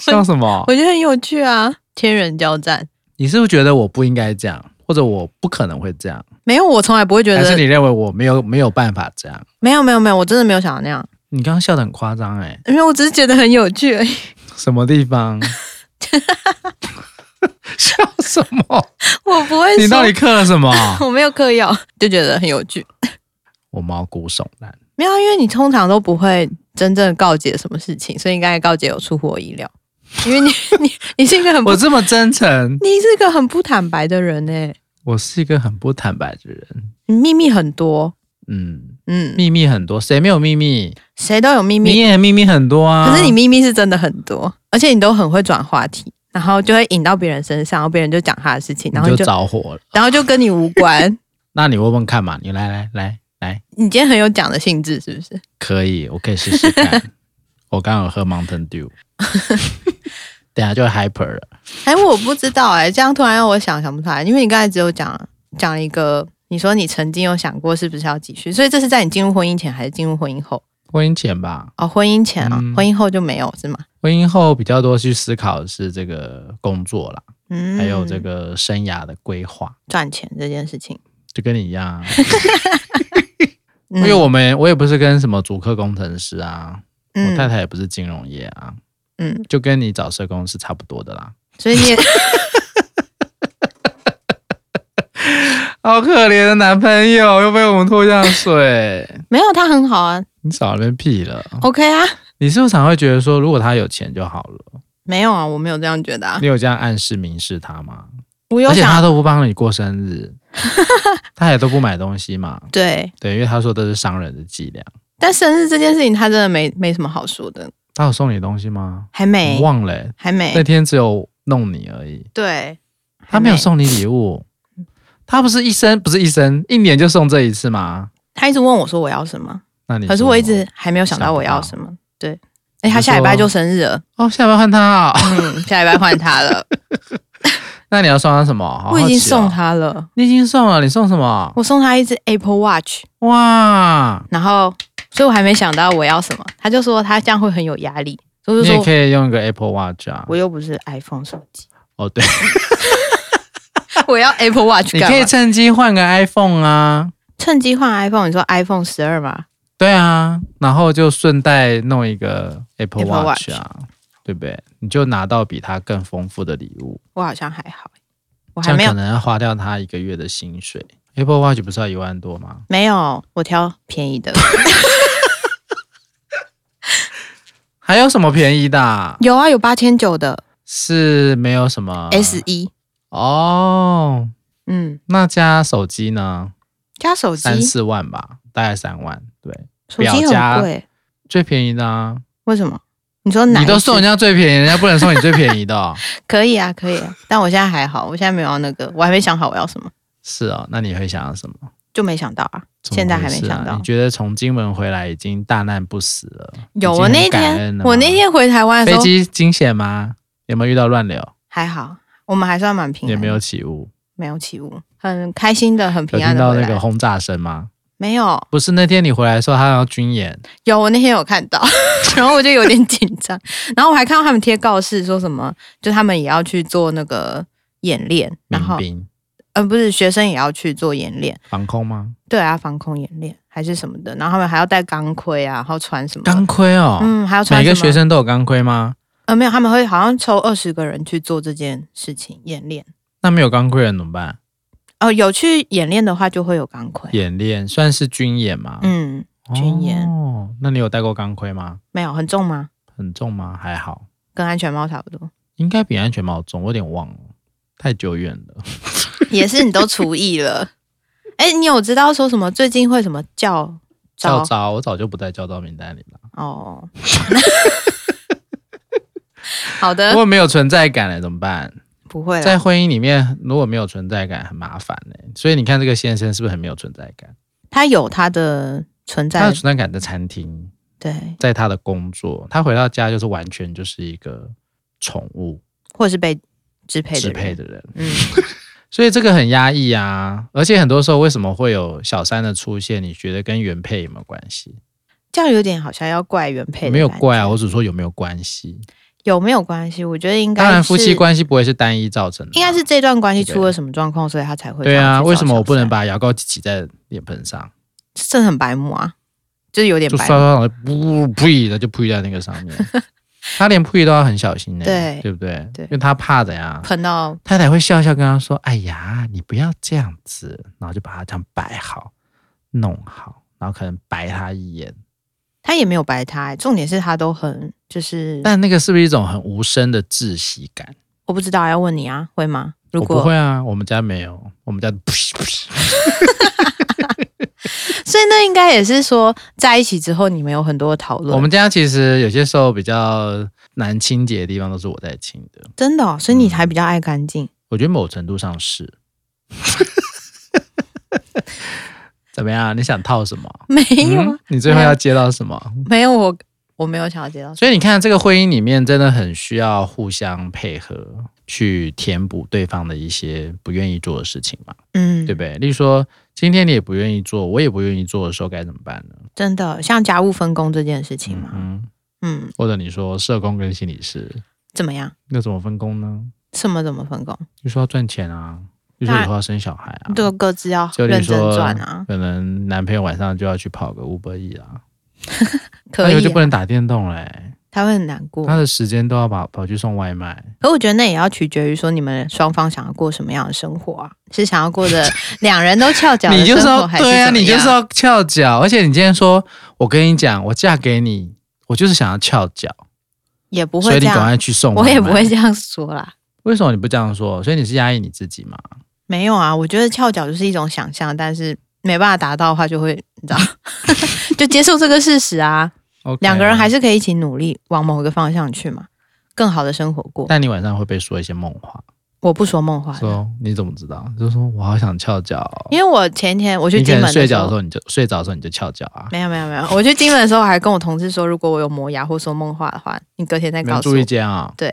[SPEAKER 1] 笑什么？
[SPEAKER 2] 我觉得很有趣啊，天人交战。
[SPEAKER 1] 你是不是觉得我不应该这样，或者我不可能会这样？
[SPEAKER 2] 没有，我从来不会觉
[SPEAKER 1] 还是
[SPEAKER 2] 得
[SPEAKER 1] 你认为我没有没有办法这样？
[SPEAKER 2] 没有没有没有，我真的没有想到那样，
[SPEAKER 1] 你刚刚笑得很夸张哎，
[SPEAKER 2] 因为我只是觉得很有趣而已。
[SPEAKER 1] 什么地
[SPEAKER 2] <laughs>
[SPEAKER 1] 方？笑什么？
[SPEAKER 2] 我不会说，
[SPEAKER 1] 你到底刻了什
[SPEAKER 2] <laughs>
[SPEAKER 1] 么？
[SPEAKER 2] 我没有嗑药，就觉得很有趣。
[SPEAKER 1] 我毛骨悚然。
[SPEAKER 2] 没有啊，因为你通常都不会真正告解什么事情，所以你刚才告解有出乎我意料，因为你 <laughs> 你你是一个很不
[SPEAKER 1] 我这么真诚，
[SPEAKER 2] 你是一个很不坦白的人呢、
[SPEAKER 1] 我是一个很不坦白的人。
[SPEAKER 2] 你秘密很多，
[SPEAKER 1] 嗯，
[SPEAKER 2] 嗯，
[SPEAKER 1] 秘密很多，谁没有秘密？
[SPEAKER 2] 谁都有秘
[SPEAKER 1] 你
[SPEAKER 2] 密，
[SPEAKER 1] 也秘密很多啊。
[SPEAKER 2] 可是你秘密是真的很多，而且你都很会转话题，然后就会引到别人身上，然后别人就讲他的事情，然后
[SPEAKER 1] 你
[SPEAKER 2] 你
[SPEAKER 1] 就
[SPEAKER 2] 就
[SPEAKER 1] 着火了。
[SPEAKER 2] 然后就跟你无关。
[SPEAKER 1] 那你问问看嘛，你来来来来，
[SPEAKER 2] 你今天很有讲的性质，是不是？
[SPEAKER 1] 可以，我可以试试
[SPEAKER 2] <laughs>
[SPEAKER 1] 看。我刚刚有喝 Mountain Dew，等一下就 hyper 了。
[SPEAKER 2] 哎，我不知道哎、这样突然让我想想不出来，因为你刚才只有讲讲了一个，你说你曾经有想过是不是要继续，所以这是在你进入婚姻前还是进入婚姻后？
[SPEAKER 1] 婚姻前吧，
[SPEAKER 2] 哦，婚姻前啊，
[SPEAKER 1] 嗯
[SPEAKER 2] 婚姻后就没有是吗？
[SPEAKER 1] 婚姻后比较多去思考的是这个工作啦，
[SPEAKER 2] 嗯
[SPEAKER 1] 还有这个生涯的规划，
[SPEAKER 2] 赚钱这件事情，
[SPEAKER 1] 就跟你一样啊。 <laughs>
[SPEAKER 2] 因
[SPEAKER 1] 因为我们我也不是跟什么主科工程师啊，我太
[SPEAKER 2] 嗯
[SPEAKER 1] 太也不是金融业啊，
[SPEAKER 2] 嗯，
[SPEAKER 1] 就跟你找社工是差不多的啦。
[SPEAKER 2] 所以你也 <laughs>
[SPEAKER 1] 好可怜的男朋友又被我们拖下水，
[SPEAKER 2] 没有他很好啊
[SPEAKER 1] <laughs> 你少那边屁了。
[SPEAKER 2] ，OK 啊，
[SPEAKER 1] 你是不是常会觉得说，如果他有钱就好了？
[SPEAKER 2] 没有啊，我没有这样觉得啊，
[SPEAKER 1] 你有这样暗示明示他吗？
[SPEAKER 2] 我有
[SPEAKER 1] 而且他
[SPEAKER 2] 想
[SPEAKER 1] 都不帮你过生日， <laughs> 他也都不买东西嘛。
[SPEAKER 2] 对，
[SPEAKER 1] 对，因为他说这是商人的伎俩。
[SPEAKER 2] 但生日这件事情他真的没没什么好说的，
[SPEAKER 1] 他有送你东西吗？
[SPEAKER 2] 还
[SPEAKER 1] 我
[SPEAKER 2] 没
[SPEAKER 1] 忘了欸、
[SPEAKER 2] 还
[SPEAKER 1] 那
[SPEAKER 2] 没
[SPEAKER 1] 天只有弄你而已，
[SPEAKER 2] 对，
[SPEAKER 1] 他没有，送你礼物。他不是一生不是一生，一年就送这一次吗？
[SPEAKER 2] 他一直问我说我要什么，
[SPEAKER 1] 那你
[SPEAKER 2] 可是
[SPEAKER 1] 说
[SPEAKER 2] 我一
[SPEAKER 1] 什么
[SPEAKER 2] 直还没有想到我要什么，对，哎，
[SPEAKER 1] 你
[SPEAKER 2] 他
[SPEAKER 1] 就
[SPEAKER 2] 下礼拜
[SPEAKER 1] 说啊
[SPEAKER 2] 就生日
[SPEAKER 1] <laughs>
[SPEAKER 2] 了，
[SPEAKER 1] 哦，下班换他、哦，
[SPEAKER 2] 嗯，下礼拜换他了，
[SPEAKER 1] 那你要送他什么？好好
[SPEAKER 2] 我已经
[SPEAKER 1] 奇 <laughs> 哦
[SPEAKER 2] 送，他了，
[SPEAKER 1] 你已经送了，你送什么？
[SPEAKER 2] 我送他一只 Apple Watch。
[SPEAKER 1] 哇，
[SPEAKER 2] 然后，所以我还没想到我要什么，他就说他这样会很有压力，所以我
[SPEAKER 1] 你
[SPEAKER 2] 就
[SPEAKER 1] 也
[SPEAKER 2] 说
[SPEAKER 1] 可以用一个 Apple Watch 啊
[SPEAKER 2] 我。又不是 iPhone 手机，
[SPEAKER 1] <laughs> 哦，对，
[SPEAKER 2] 我要 Apple Watch
[SPEAKER 1] 你
[SPEAKER 2] 干
[SPEAKER 1] 可以
[SPEAKER 2] 嘛？
[SPEAKER 1] 趁机换个 iPhone 啊。
[SPEAKER 2] 趁机换 iPhone，你说 iPhone 十二吗？
[SPEAKER 1] 对啊，然后就顺带弄一个 Apple
[SPEAKER 2] Apple
[SPEAKER 1] Watch 啊，对不对？你就拿到比他更丰富的礼物，
[SPEAKER 2] 我好像还好，我
[SPEAKER 1] 这
[SPEAKER 2] 还
[SPEAKER 1] 样
[SPEAKER 2] 没
[SPEAKER 1] 可
[SPEAKER 2] 有
[SPEAKER 1] 能要花掉他一个月的薪水。Apple Watch 不是要一万多吗？
[SPEAKER 2] 没有，我挑
[SPEAKER 1] <laughs>
[SPEAKER 2] 便宜的。
[SPEAKER 1] 还有什么便宜的啊？
[SPEAKER 2] 有啊，有八千九的
[SPEAKER 1] 是没有什么
[SPEAKER 2] S 一，
[SPEAKER 1] 哦。
[SPEAKER 2] 嗯，
[SPEAKER 1] 那加手机呢？
[SPEAKER 2] 加手机，
[SPEAKER 1] 三四万吧，大概三万。对，
[SPEAKER 2] 手机
[SPEAKER 1] 表加
[SPEAKER 2] 很贵，
[SPEAKER 1] 最便宜的啊，
[SPEAKER 2] 为什么？你说哪一
[SPEAKER 1] 你
[SPEAKER 2] 只？
[SPEAKER 1] 都送人家最便宜，人家不能送你最便宜的哦、 <laughs>
[SPEAKER 2] 可以啊，可以 <laughs> 啊，但我现在还好，我现在没有要那个，我还没想好我要什么，
[SPEAKER 1] 是哦，那你会想要什么？
[SPEAKER 2] 就没想到啊，
[SPEAKER 1] 怎么
[SPEAKER 2] 现在还没
[SPEAKER 1] 回事啊
[SPEAKER 2] 想到
[SPEAKER 1] 你觉得从金门回来已经大难不死了？
[SPEAKER 2] 有，
[SPEAKER 1] 已经
[SPEAKER 2] 我那
[SPEAKER 1] 很感
[SPEAKER 2] 天
[SPEAKER 1] 恩了吗
[SPEAKER 2] 我那天回台湾的时
[SPEAKER 1] 飞
[SPEAKER 2] 候
[SPEAKER 1] 机惊险吗？有没有遇到乱流？
[SPEAKER 2] 还好，我们还算蛮平安，
[SPEAKER 1] 也没有起雾，
[SPEAKER 2] 没有起雾，很开心的，很
[SPEAKER 1] 有
[SPEAKER 2] 平
[SPEAKER 1] 听
[SPEAKER 2] 安的
[SPEAKER 1] 到
[SPEAKER 2] 回
[SPEAKER 1] 那
[SPEAKER 2] 来。
[SPEAKER 1] 个轰炸声吗？
[SPEAKER 2] 没有，
[SPEAKER 1] 不是那天你回来的时候，他要军演，
[SPEAKER 2] 有我那天有看到， <laughs> 然后我就有点紧 <laughs> 张，然后我还看到他们贴告示说什么，就他们也要去做那个演练，然
[SPEAKER 1] 民
[SPEAKER 2] 后
[SPEAKER 1] 兵
[SPEAKER 2] 呃不是学生也要去做演练，
[SPEAKER 1] 防空吗？
[SPEAKER 2] 对啊，防空演练还是什么的，然后他们还要戴钢盔啊，然后穿什么
[SPEAKER 1] 钢盔哦，
[SPEAKER 2] 嗯，还要穿
[SPEAKER 1] 每个
[SPEAKER 2] 什么
[SPEAKER 1] 学生都有钢盔吗？
[SPEAKER 2] 呃没有，他们会好像抽二十个人去做这件事情演练。
[SPEAKER 1] 那没有钢盔的人怎么办？
[SPEAKER 2] 哦，有去演练的话就会有钢盔。
[SPEAKER 1] 演练算是军演吗？
[SPEAKER 2] 嗯，军演
[SPEAKER 1] 哦，那你有戴过钢盔吗？
[SPEAKER 2] 没有很重吗？
[SPEAKER 1] 很重吗？还好，
[SPEAKER 2] 跟安全帽差不多，
[SPEAKER 1] 应该比安全帽重，我有点忘了，太久远了。
[SPEAKER 2] 也是你都厨艺了。哎、你有知道说什么最近会什么叫
[SPEAKER 1] 教
[SPEAKER 2] 招
[SPEAKER 1] 招我早就不在教招名单里了，
[SPEAKER 2] 哦？好的
[SPEAKER 1] 如，果没有存在感了怎么办？
[SPEAKER 2] 不会
[SPEAKER 1] 在
[SPEAKER 2] 了。
[SPEAKER 1] 婚姻里面如果没有存在感很麻烦呢、所以你看这个先生是不是很没有存在感？
[SPEAKER 2] 他有他的存
[SPEAKER 1] 他
[SPEAKER 2] 在
[SPEAKER 1] 的，存在感在餐厅，
[SPEAKER 2] 对，
[SPEAKER 1] 在他的工作，他回到家就是完全就是一个宠物
[SPEAKER 2] 或者是被支配的
[SPEAKER 1] 支
[SPEAKER 2] 人
[SPEAKER 1] 配的人。
[SPEAKER 2] 嗯，
[SPEAKER 1] 所以这个很压抑啊。而且很多时候，为什么会有小三的出现？你觉得跟原配有没有关系？
[SPEAKER 2] 这样有点好像要怪原配的感觉，
[SPEAKER 1] 没有怪啊，我只说有没有关系。
[SPEAKER 2] 有没有关系？我觉得应该
[SPEAKER 1] 当然，夫
[SPEAKER 2] 是
[SPEAKER 1] 妻关系不会是单一造成的啊，
[SPEAKER 2] 应该是这段关系
[SPEAKER 1] 对
[SPEAKER 2] 出了什么状况，所以他才会
[SPEAKER 1] 对
[SPEAKER 2] 想要
[SPEAKER 1] 啊。
[SPEAKER 2] 去找
[SPEAKER 1] 为什么我不能
[SPEAKER 2] 小三？
[SPEAKER 1] 把牙膏挤在脸盆上，
[SPEAKER 2] 这很白目啊，就是有点
[SPEAKER 1] 就
[SPEAKER 2] 白
[SPEAKER 1] 刷
[SPEAKER 2] 目。
[SPEAKER 1] 刷上来，噗呸的就呸在那个上
[SPEAKER 2] <laughs>
[SPEAKER 1] 面？他连呸都要很小心呢、
[SPEAKER 2] 对
[SPEAKER 1] 对不对？
[SPEAKER 2] 对
[SPEAKER 1] 因为他怕的呀。
[SPEAKER 2] 喷到
[SPEAKER 1] 太太会笑笑跟他说：“哎呀，你不要这样子。”然后就把它这样摆好、弄好，然后可能白他一眼。
[SPEAKER 2] 他也没有白他、欸重点是他都很就是，
[SPEAKER 1] 但那个是不是一种很无声的窒息感？
[SPEAKER 2] 我不知道要问你啊，会吗？如
[SPEAKER 1] 我
[SPEAKER 2] 果
[SPEAKER 1] 不会啊，我们家没有，我们家噗 <laughs> 噗噗
[SPEAKER 2] 所以那应该也是说，在一起之后你们有很多讨论。
[SPEAKER 1] 我们家其实有些时候比较难清洁的地方都是我在清的。
[SPEAKER 2] 真的哦、所
[SPEAKER 1] 嗯
[SPEAKER 2] 以你还比较爱干净。 <laughs>
[SPEAKER 1] 我觉得某程度上是。 <laughs> 怎么样？你想套什么？
[SPEAKER 2] 没有啊，
[SPEAKER 1] 嗯你最后
[SPEAKER 2] 没有
[SPEAKER 1] 要接到什么？
[SPEAKER 2] 没有我，我没有想要接到。
[SPEAKER 1] 所以你看，这个婚姻里面真的很需要互相配合，去填补对方的一些不愿意做的事情嘛，
[SPEAKER 2] 嗯，
[SPEAKER 1] 对不对？例如说，今天你也不愿意做，我也不愿意做的时候，该怎么办呢？
[SPEAKER 2] 真的像家务分工这件事情嘛，
[SPEAKER 1] 嗯，
[SPEAKER 2] 嗯，
[SPEAKER 1] 或者你说社工跟心理师，
[SPEAKER 2] 怎么样？
[SPEAKER 1] 那怎么分工呢？
[SPEAKER 2] 什么怎么分工？
[SPEAKER 1] 就说要赚钱啊，就说以后要生小孩啊，
[SPEAKER 2] 都各自要
[SPEAKER 1] 就例
[SPEAKER 2] 认
[SPEAKER 1] 如
[SPEAKER 2] 真
[SPEAKER 1] 说
[SPEAKER 2] 赚啊，
[SPEAKER 1] 可能男朋友晚上就要去跑个五百亿啊，
[SPEAKER 2] 可
[SPEAKER 1] 那以后
[SPEAKER 2] 以
[SPEAKER 1] 就不
[SPEAKER 2] 啊、
[SPEAKER 1] 能打电动嘞、欸
[SPEAKER 2] 他会很难过
[SPEAKER 1] 他。的时间都要跑跑去送外卖。
[SPEAKER 2] 可我觉得那也要取决于说你们双方想要过什么样的生活啊，是想要过 <laughs> 着两人都翘脚
[SPEAKER 1] 你
[SPEAKER 2] 的
[SPEAKER 1] 就
[SPEAKER 2] 生
[SPEAKER 1] 是要
[SPEAKER 2] 活，还是
[SPEAKER 1] 对啊，
[SPEAKER 2] 怎么
[SPEAKER 1] 你就是
[SPEAKER 2] 样
[SPEAKER 1] 要翘脚，而且你今天说，我跟你讲，我嫁给你，我就是想要翘脚，
[SPEAKER 2] 也不
[SPEAKER 1] 所
[SPEAKER 2] 会
[SPEAKER 1] 以
[SPEAKER 2] 这
[SPEAKER 1] 你赶
[SPEAKER 2] 样，啊
[SPEAKER 1] 快去送外
[SPEAKER 2] 我
[SPEAKER 1] 卖。
[SPEAKER 2] 也不会这样说啦。
[SPEAKER 1] 为什么你不这样说？所以你是压抑你自己嘛？
[SPEAKER 2] 没有啊，我觉得翘脚就是一种想象，但是没办法达到的话，就会你知 <laughs> 道，就接受这个事实啊。两个人还
[SPEAKER 1] 是，
[SPEAKER 2] 是可以一起努力往某个方向去嘛，更好的生活过。
[SPEAKER 1] 但你晚上会被说一些梦话，
[SPEAKER 2] 我不说梦话的，
[SPEAKER 1] 说你怎么知道？就说我好想翘脚哦，
[SPEAKER 2] 因为我前一天我去
[SPEAKER 1] 你可
[SPEAKER 2] 金
[SPEAKER 1] 能
[SPEAKER 2] 门
[SPEAKER 1] 睡
[SPEAKER 2] 的时
[SPEAKER 1] 觉的时
[SPEAKER 2] 候，
[SPEAKER 1] 候你就睡着的时候你就翘脚啊，
[SPEAKER 2] 没有没有没有，我去金门的时候还跟我同事说，如果我有磨牙或说梦话的话，你隔天再
[SPEAKER 1] 你们
[SPEAKER 2] 告诉
[SPEAKER 1] 住一
[SPEAKER 2] 我。
[SPEAKER 1] 间啊？
[SPEAKER 2] 对，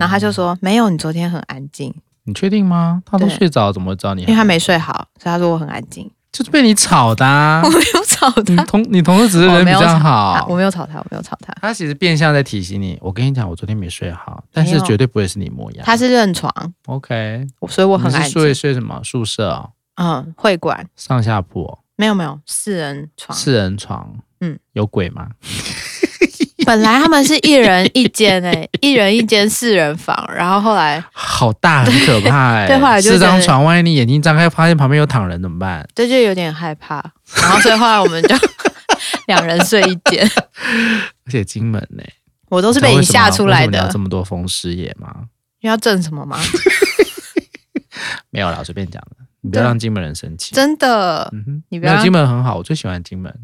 [SPEAKER 2] 然后他就说、没有，你昨天很安静，
[SPEAKER 1] 你确定吗？他都
[SPEAKER 2] 对
[SPEAKER 1] 睡着，怎么会知道你？
[SPEAKER 2] 因为他没睡好，所以他说我很安静。
[SPEAKER 1] 就是被你吵的、啊
[SPEAKER 2] <laughs> 我。没有吵
[SPEAKER 1] 你
[SPEAKER 2] <laughs> 他，
[SPEAKER 1] 同你同事只是人比
[SPEAKER 2] 我没有
[SPEAKER 1] 较
[SPEAKER 2] 吵
[SPEAKER 1] 好
[SPEAKER 2] 啊，我没有吵他，我没有吵他，
[SPEAKER 1] 他其实变相在提醒你，我跟你讲，我昨天没睡好，但
[SPEAKER 2] 没
[SPEAKER 1] 是
[SPEAKER 2] 有
[SPEAKER 1] 绝对不会是你磨牙。
[SPEAKER 2] 他是认床，
[SPEAKER 1] OK，
[SPEAKER 2] 所以我很
[SPEAKER 1] 你
[SPEAKER 2] 安
[SPEAKER 1] 是睡
[SPEAKER 2] 静。
[SPEAKER 1] 睡什么宿舍哦，
[SPEAKER 2] 嗯，会馆
[SPEAKER 1] 上下铺哦、
[SPEAKER 2] 没有没有四人床，
[SPEAKER 1] 四人床，
[SPEAKER 2] 嗯，
[SPEAKER 1] 有鬼吗？
[SPEAKER 2] 本来他们是一人一间诶、一人一间四人房，然后后来
[SPEAKER 1] 好大，很可
[SPEAKER 2] <laughs>
[SPEAKER 1] 怕哎、
[SPEAKER 2] 对后来就
[SPEAKER 1] 四
[SPEAKER 2] 觉得
[SPEAKER 1] 张床，万一你眼睛张开发现旁边有躺人怎么办？
[SPEAKER 2] 这就有点害怕，然后所以后来我
[SPEAKER 1] <laughs>
[SPEAKER 2] 们就两人睡一间，
[SPEAKER 1] 而且金门呢、
[SPEAKER 2] 我都
[SPEAKER 1] 不
[SPEAKER 2] 是被你吓出来的
[SPEAKER 1] 有。这么多风师爷吗？
[SPEAKER 2] 你要挣什
[SPEAKER 1] <laughs>
[SPEAKER 2] 么吗？
[SPEAKER 1] 没有啦，我随便讲的，你不要
[SPEAKER 2] 对
[SPEAKER 1] 让金门人生气。
[SPEAKER 2] 真的，
[SPEAKER 1] 嗯哼，
[SPEAKER 2] 你不
[SPEAKER 1] 没
[SPEAKER 2] 要
[SPEAKER 1] 有
[SPEAKER 2] 让
[SPEAKER 1] 金门很好，我最喜欢金门 <laughs>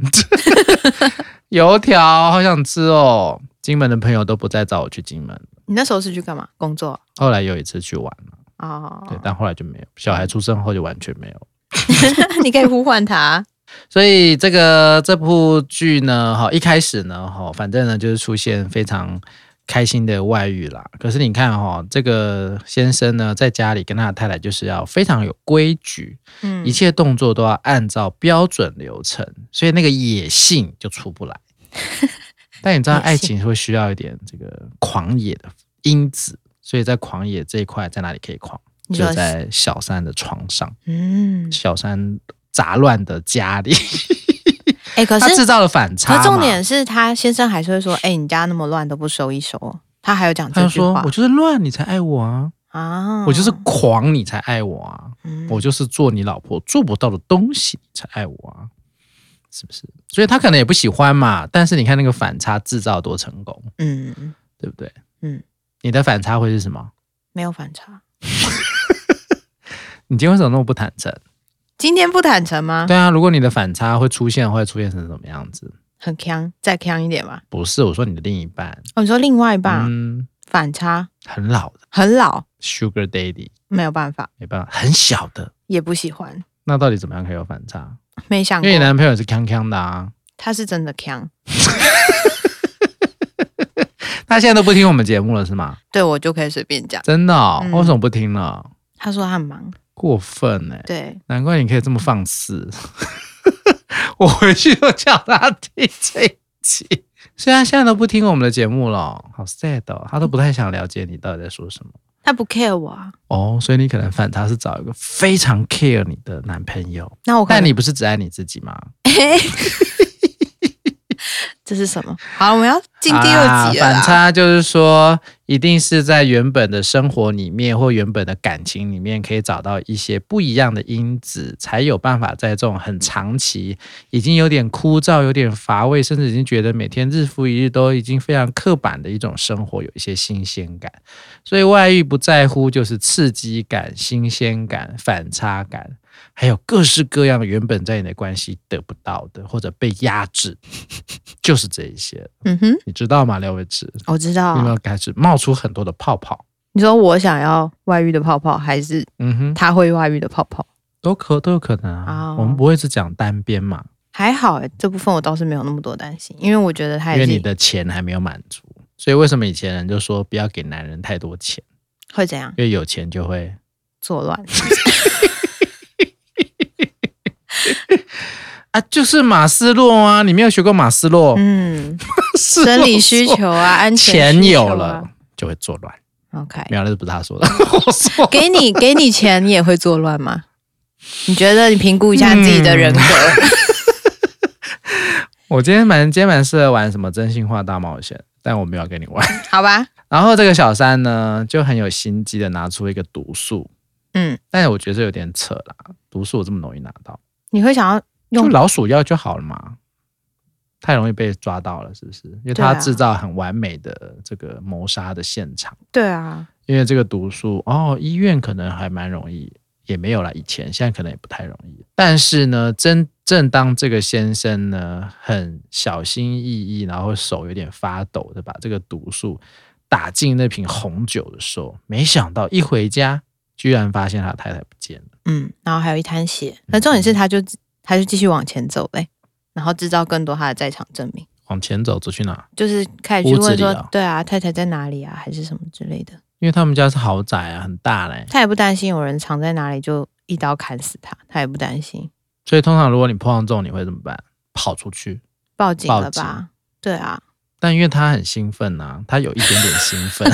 [SPEAKER 1] 油条，好想吃哦。金门的朋友都不再找我去金门，
[SPEAKER 2] 你那时候是去干嘛？工作
[SPEAKER 1] 后来有一次去玩了，
[SPEAKER 2] 哦
[SPEAKER 1] 对，，但后来就没有。小孩出生后就完全没有。
[SPEAKER 2] <laughs> 你可以呼唤他。
[SPEAKER 1] 所以这个这部剧呢，哈，一开始呢，哈，反正呢就是出现非常开心的外遇啦。可是你看哈，这个先生呢，在家里跟他的太太就是要非常有规矩，
[SPEAKER 2] 嗯
[SPEAKER 1] 一，切动作都要按照标准流程，所以那个野性就出不
[SPEAKER 2] <laughs>
[SPEAKER 1] 来。但你知道，
[SPEAKER 2] 野性
[SPEAKER 1] 爱情会需要一点这个狂野的因子，所以在狂野这一块，在哪里可以狂？
[SPEAKER 2] 你
[SPEAKER 1] 就
[SPEAKER 2] 说是
[SPEAKER 1] 在小三的床上，
[SPEAKER 2] 嗯，
[SPEAKER 1] 小三杂乱的家里，
[SPEAKER 2] 哎、可
[SPEAKER 1] 他
[SPEAKER 2] 是
[SPEAKER 1] 制造了反差
[SPEAKER 2] 可
[SPEAKER 1] 嘛。
[SPEAKER 2] 是重点是他先生还是会说，哎、你家那么乱都不收一收，他还有讲
[SPEAKER 1] 他
[SPEAKER 2] 这
[SPEAKER 1] 就
[SPEAKER 2] 句
[SPEAKER 1] 说
[SPEAKER 2] 话：“
[SPEAKER 1] 我就是乱，你才爱我啊！
[SPEAKER 2] 啊，
[SPEAKER 1] 我就是狂，你才爱我啊！
[SPEAKER 2] 嗯
[SPEAKER 1] 我就是做你老婆做不到的东西，你才爱我啊！”是不是？所以他可能也不喜欢嘛。但是你看那个反差制造多成功，
[SPEAKER 2] 嗯
[SPEAKER 1] 对不对？
[SPEAKER 2] 嗯，
[SPEAKER 1] 你的反差会是什么？
[SPEAKER 2] 没有反差。
[SPEAKER 1] 你今天为什么那么不坦诚？
[SPEAKER 2] 今天不坦诚吗？
[SPEAKER 1] 对啊，如果你的反差会出现，会出现成什么样子？
[SPEAKER 2] 很强，再强一点吧。
[SPEAKER 1] 不是，我说你的另一半，
[SPEAKER 2] 哦，你说另外一半啊、
[SPEAKER 1] 嗯，
[SPEAKER 2] 反差
[SPEAKER 1] 很老的
[SPEAKER 2] 很老，
[SPEAKER 1] Sugar Daddy，
[SPEAKER 2] 没有办法，
[SPEAKER 1] 没办法，很小的，
[SPEAKER 2] 也不喜欢，
[SPEAKER 1] 那到底怎么样可以有反差？
[SPEAKER 2] 没想
[SPEAKER 1] 因
[SPEAKER 2] 过
[SPEAKER 1] 为你男朋友也是康康的啊，
[SPEAKER 2] 他是真的强，
[SPEAKER 1] 他现在都不听我们节目了是吗？
[SPEAKER 2] 对我就可以随便讲。
[SPEAKER 1] 真的、哦？
[SPEAKER 2] 嗯
[SPEAKER 1] 为什么不听了？
[SPEAKER 2] 他说他很忙，
[SPEAKER 1] 过分哎、
[SPEAKER 2] 对，
[SPEAKER 1] 难怪你可以这么放肆。 <laughs> 我回去就叫他听这一集，虽然现在都不听我们的节目了，好 sad 哦，他都不太想了解你到底在说什么
[SPEAKER 2] 他不 care 我啊。
[SPEAKER 1] 哦。所以你可能反他是找一个非常 care 你的男朋友，
[SPEAKER 2] 那我可
[SPEAKER 1] 但
[SPEAKER 2] 能
[SPEAKER 1] 你不是只爱你自己吗？
[SPEAKER 2] 这是什么？好，我们要进第二集了
[SPEAKER 1] 啊。反
[SPEAKER 2] 啦。
[SPEAKER 1] 差就是说，一定是在原本的生活里面或原本的感情里面，可以找到一些不一样的因子，才有办法在这种很长期、已经有点枯燥、有点乏味，甚至已经觉得每天日复一日都已经非常刻板的一种生活，有一些新鲜感。所以外遇不在乎就是刺激感、新鲜感、反差感。还有各式各样原本在你的关系得不到的，或者被压制，就是这一些。
[SPEAKER 2] 嗯哼，
[SPEAKER 1] 你知道吗？廖伟志，
[SPEAKER 2] 我知道
[SPEAKER 1] 有没
[SPEAKER 2] 啊。
[SPEAKER 1] 有开始冒出很多的泡泡？
[SPEAKER 2] 你说我想要外遇的泡泡，还是
[SPEAKER 1] 嗯哼，
[SPEAKER 2] 他会外遇的泡泡？
[SPEAKER 1] 都可都有可能啊。
[SPEAKER 2] 哦
[SPEAKER 1] 我们不会是讲单边嘛，
[SPEAKER 2] 还好、欸，这部分我倒是没有那么多担心，因为我觉得他
[SPEAKER 1] 因
[SPEAKER 2] 已
[SPEAKER 1] 为你
[SPEAKER 2] 经
[SPEAKER 1] 的钱还没有满足，所以为什么以前人就说不要给男人太多钱，
[SPEAKER 2] 会怎样
[SPEAKER 1] 因为有钱就会
[SPEAKER 2] 作乱。
[SPEAKER 1] 哦啊，就是马斯洛啊，你没有学过马斯洛， <laughs>
[SPEAKER 2] 嗯，
[SPEAKER 1] 是
[SPEAKER 2] 生理需求啊，安全
[SPEAKER 1] 钱
[SPEAKER 2] 需求
[SPEAKER 1] 有
[SPEAKER 2] 啊哎
[SPEAKER 1] 了就会作乱。
[SPEAKER 2] ，OK，
[SPEAKER 1] 没有，那是不是他说的？ <laughs> 我说
[SPEAKER 2] 给你给你钱，你也会作乱吗？你觉得你评估一下你自己的人格？
[SPEAKER 1] 嗯我今天蛮今天蛮适合玩什么真心话大冒险，但我没有要跟你玩。
[SPEAKER 2] <laughs>
[SPEAKER 1] <laughs>
[SPEAKER 2] 好吧，
[SPEAKER 1] 然后这个小三呢，就很有心机的拿出一个毒素，
[SPEAKER 2] 嗯，
[SPEAKER 1] 但是我觉得这有点扯啦，毒素我这么容易拿到，
[SPEAKER 2] 你会想要
[SPEAKER 1] 就
[SPEAKER 2] 用
[SPEAKER 1] 老鼠药就好了嘛，太容易被抓到了，是不是？因为它
[SPEAKER 2] 对啊
[SPEAKER 1] 制造很完美的这个谋杀的现场，
[SPEAKER 2] 对啊，
[SPEAKER 1] 因为这个毒素哦，医院可能还蛮容易，也没有啦，以前现在可能也不太容易。但是呢，真正当这个先生呢很小心翼翼，然后手有点发抖的把这个毒素打进那瓶红酒的时候，没想到一回家，居然发现他太太不见了。
[SPEAKER 2] 嗯，然后还有一滩血。那重点是，他就他就继续往前走嘞、然后制造更多他的在场证明，
[SPEAKER 1] 往前走，走去哪？
[SPEAKER 2] 就是开始去
[SPEAKER 1] 屋子
[SPEAKER 2] 问
[SPEAKER 1] 里
[SPEAKER 2] 说，
[SPEAKER 1] 啊
[SPEAKER 2] 对啊，太太在哪里啊，还是什么之类的。
[SPEAKER 1] 因为他们家是豪宅啊，很大嘞。
[SPEAKER 2] 他也不担心有人藏在哪里，就一刀砍死他，他也不担心，
[SPEAKER 1] 所以通常如果你碰到这种，你会怎么办？跑出去。
[SPEAKER 2] 报警
[SPEAKER 1] 报
[SPEAKER 2] 了
[SPEAKER 1] 警
[SPEAKER 2] 吧？对
[SPEAKER 1] <laughs>
[SPEAKER 2] 啊，
[SPEAKER 1] 但因为他很兴奋呐、他有一点点兴
[SPEAKER 2] <laughs>
[SPEAKER 1] 奋，